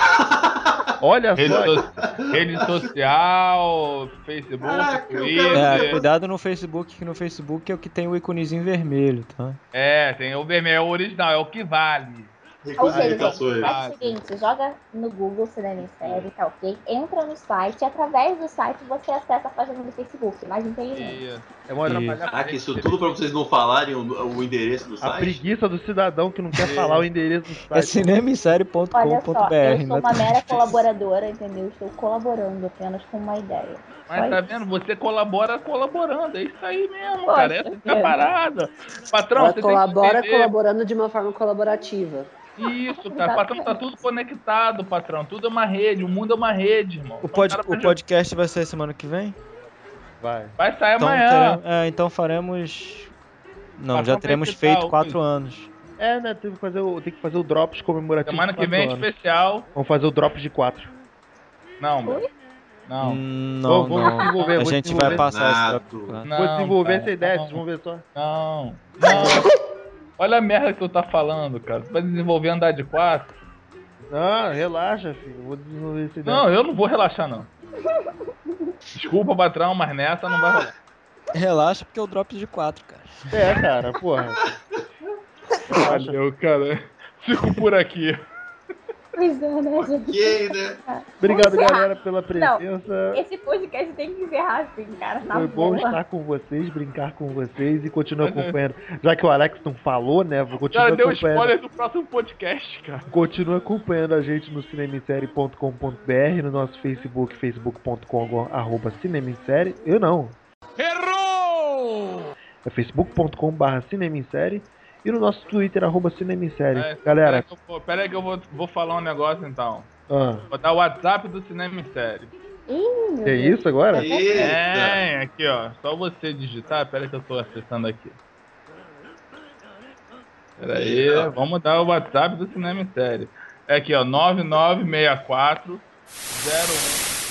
Speaker 3: Olha
Speaker 1: Rede,
Speaker 3: só,
Speaker 1: so- rede social, Facebook,
Speaker 4: Caraca,
Speaker 2: É,
Speaker 1: Twitter.
Speaker 2: cuidado no Facebook, que no Facebook é o que tem o íconezinho vermelho, tá?
Speaker 1: É, tem o vermelho, é o original, é o que vale.
Speaker 3: Ah,
Speaker 6: Ou
Speaker 4: Recursos
Speaker 6: seja,
Speaker 4: de
Speaker 3: então
Speaker 4: indicações.
Speaker 1: tá.
Speaker 6: faz o seguinte, joga no Google Cinema em Série, tá ok? Entra no site, e através do site você acessa a página do Facebook, mas infelizmente.
Speaker 1: Isso.
Speaker 3: é uma atrapalhada.
Speaker 4: Caraca, isso tudo pra vocês não falarem o, o endereço do
Speaker 3: A
Speaker 4: site?
Speaker 3: preguiça do cidadão que não quer falar o endereço do
Speaker 2: É
Speaker 3: site.
Speaker 6: Olha só, eu
Speaker 2: cinemissérie.com.br.
Speaker 6: sou uma mera colaboradora, entendeu? Estou colaborando apenas com uma ideia.
Speaker 1: Mas tá vendo? Você colabora colaborando. É isso aí mesmo,
Speaker 6: Poxa,
Speaker 1: cara. Essa que é a
Speaker 6: é.
Speaker 1: parada. Patrão,
Speaker 5: Ela
Speaker 1: você
Speaker 5: colabora
Speaker 1: tem que entender.
Speaker 5: colaborando de uma forma colaborativa.
Speaker 1: Isso, cara. Patrão, tá tudo conectado, patrão. Tudo é uma rede. O mundo é uma rede, irmão.
Speaker 2: O, pod,
Speaker 1: Cara,
Speaker 2: o podcast vai sair semana que vem?
Speaker 3: Vai.
Speaker 1: Vai sair
Speaker 2: Então,
Speaker 1: amanhã.
Speaker 2: teremos, é, então faremos. Não,
Speaker 1: Mas
Speaker 2: já
Speaker 1: como é
Speaker 2: teremos
Speaker 1: que tá
Speaker 2: feito
Speaker 1: o-
Speaker 2: quatro anos.
Speaker 3: É, né? Tem que fazer o, tem que fazer o Drops comemorativo.
Speaker 1: Semana
Speaker 3: de
Speaker 1: que
Speaker 3: quatro
Speaker 1: vem é
Speaker 3: anos.
Speaker 1: especial.
Speaker 3: Vamos fazer o Drops de 4.
Speaker 1: Não, meu. Não.
Speaker 2: Hum, Não,
Speaker 3: vou
Speaker 2: não.
Speaker 3: desenvolver,
Speaker 2: A
Speaker 3: vou
Speaker 2: gente vai
Speaker 3: desenvolver.
Speaker 2: passar
Speaker 4: Renato.
Speaker 2: esse tópico.
Speaker 1: não
Speaker 3: Vou desenvolver
Speaker 1: cara, tá
Speaker 3: essa ideia,
Speaker 1: não.
Speaker 3: vocês vão ver só.
Speaker 1: Não, não. Olha a merda que eu tá falando, cara. Você vai desenvolver andar de quatro?
Speaker 3: Não, relaxa, filho. Vou desenvolver essa ideia.
Speaker 1: Não, eu não vou relaxar, não. Desculpa, patrão, mas nessa não vai rolar.
Speaker 2: Relaxa, porque é o drop de quatro, cara.
Speaker 3: É, cara, porra.
Speaker 1: Valeu, cara. Fico por aqui.
Speaker 6: Pois é, né, gente?
Speaker 4: Ok, né?
Speaker 3: Obrigado,
Speaker 6: Vamos lá.
Speaker 3: galera, pela presença.
Speaker 6: Esse podcast tem que encerrar assim, cara. Na
Speaker 3: Foi bom
Speaker 6: boa.
Speaker 3: estar com vocês, brincar com vocês e continuar acompanhando. Já que o Alex não falou, né? Vou continuar
Speaker 1: Cara, deu
Speaker 3: acompanhando.
Speaker 1: spoiler do próximo podcast, cara.
Speaker 3: Continua acompanhando a gente no cinemissérie.com.br, no nosso Facebook, facebook.com arroba cinemissérie. Eu não.
Speaker 1: Errou!
Speaker 3: É facebook.com.br cinemissérie e no nosso Twitter, arroba cinemissérie.
Speaker 1: É, Pera aí
Speaker 3: Galera,
Speaker 1: que eu, vou, pera aí que eu vou, vou falar um negócio então.
Speaker 3: ah,
Speaker 1: Vou dar o WhatsApp do Cinema em Série.
Speaker 6: Ih, meu
Speaker 3: é
Speaker 6: Deus.
Speaker 3: isso agora?
Speaker 4: Eita.
Speaker 1: É, aqui ó. Só você digitar. Pera aí que eu tô acessando aqui. Pera aí.
Speaker 4: Eita.
Speaker 1: Vamos dar o WhatsApp do Cinema em Série. É aqui ó. 9964 01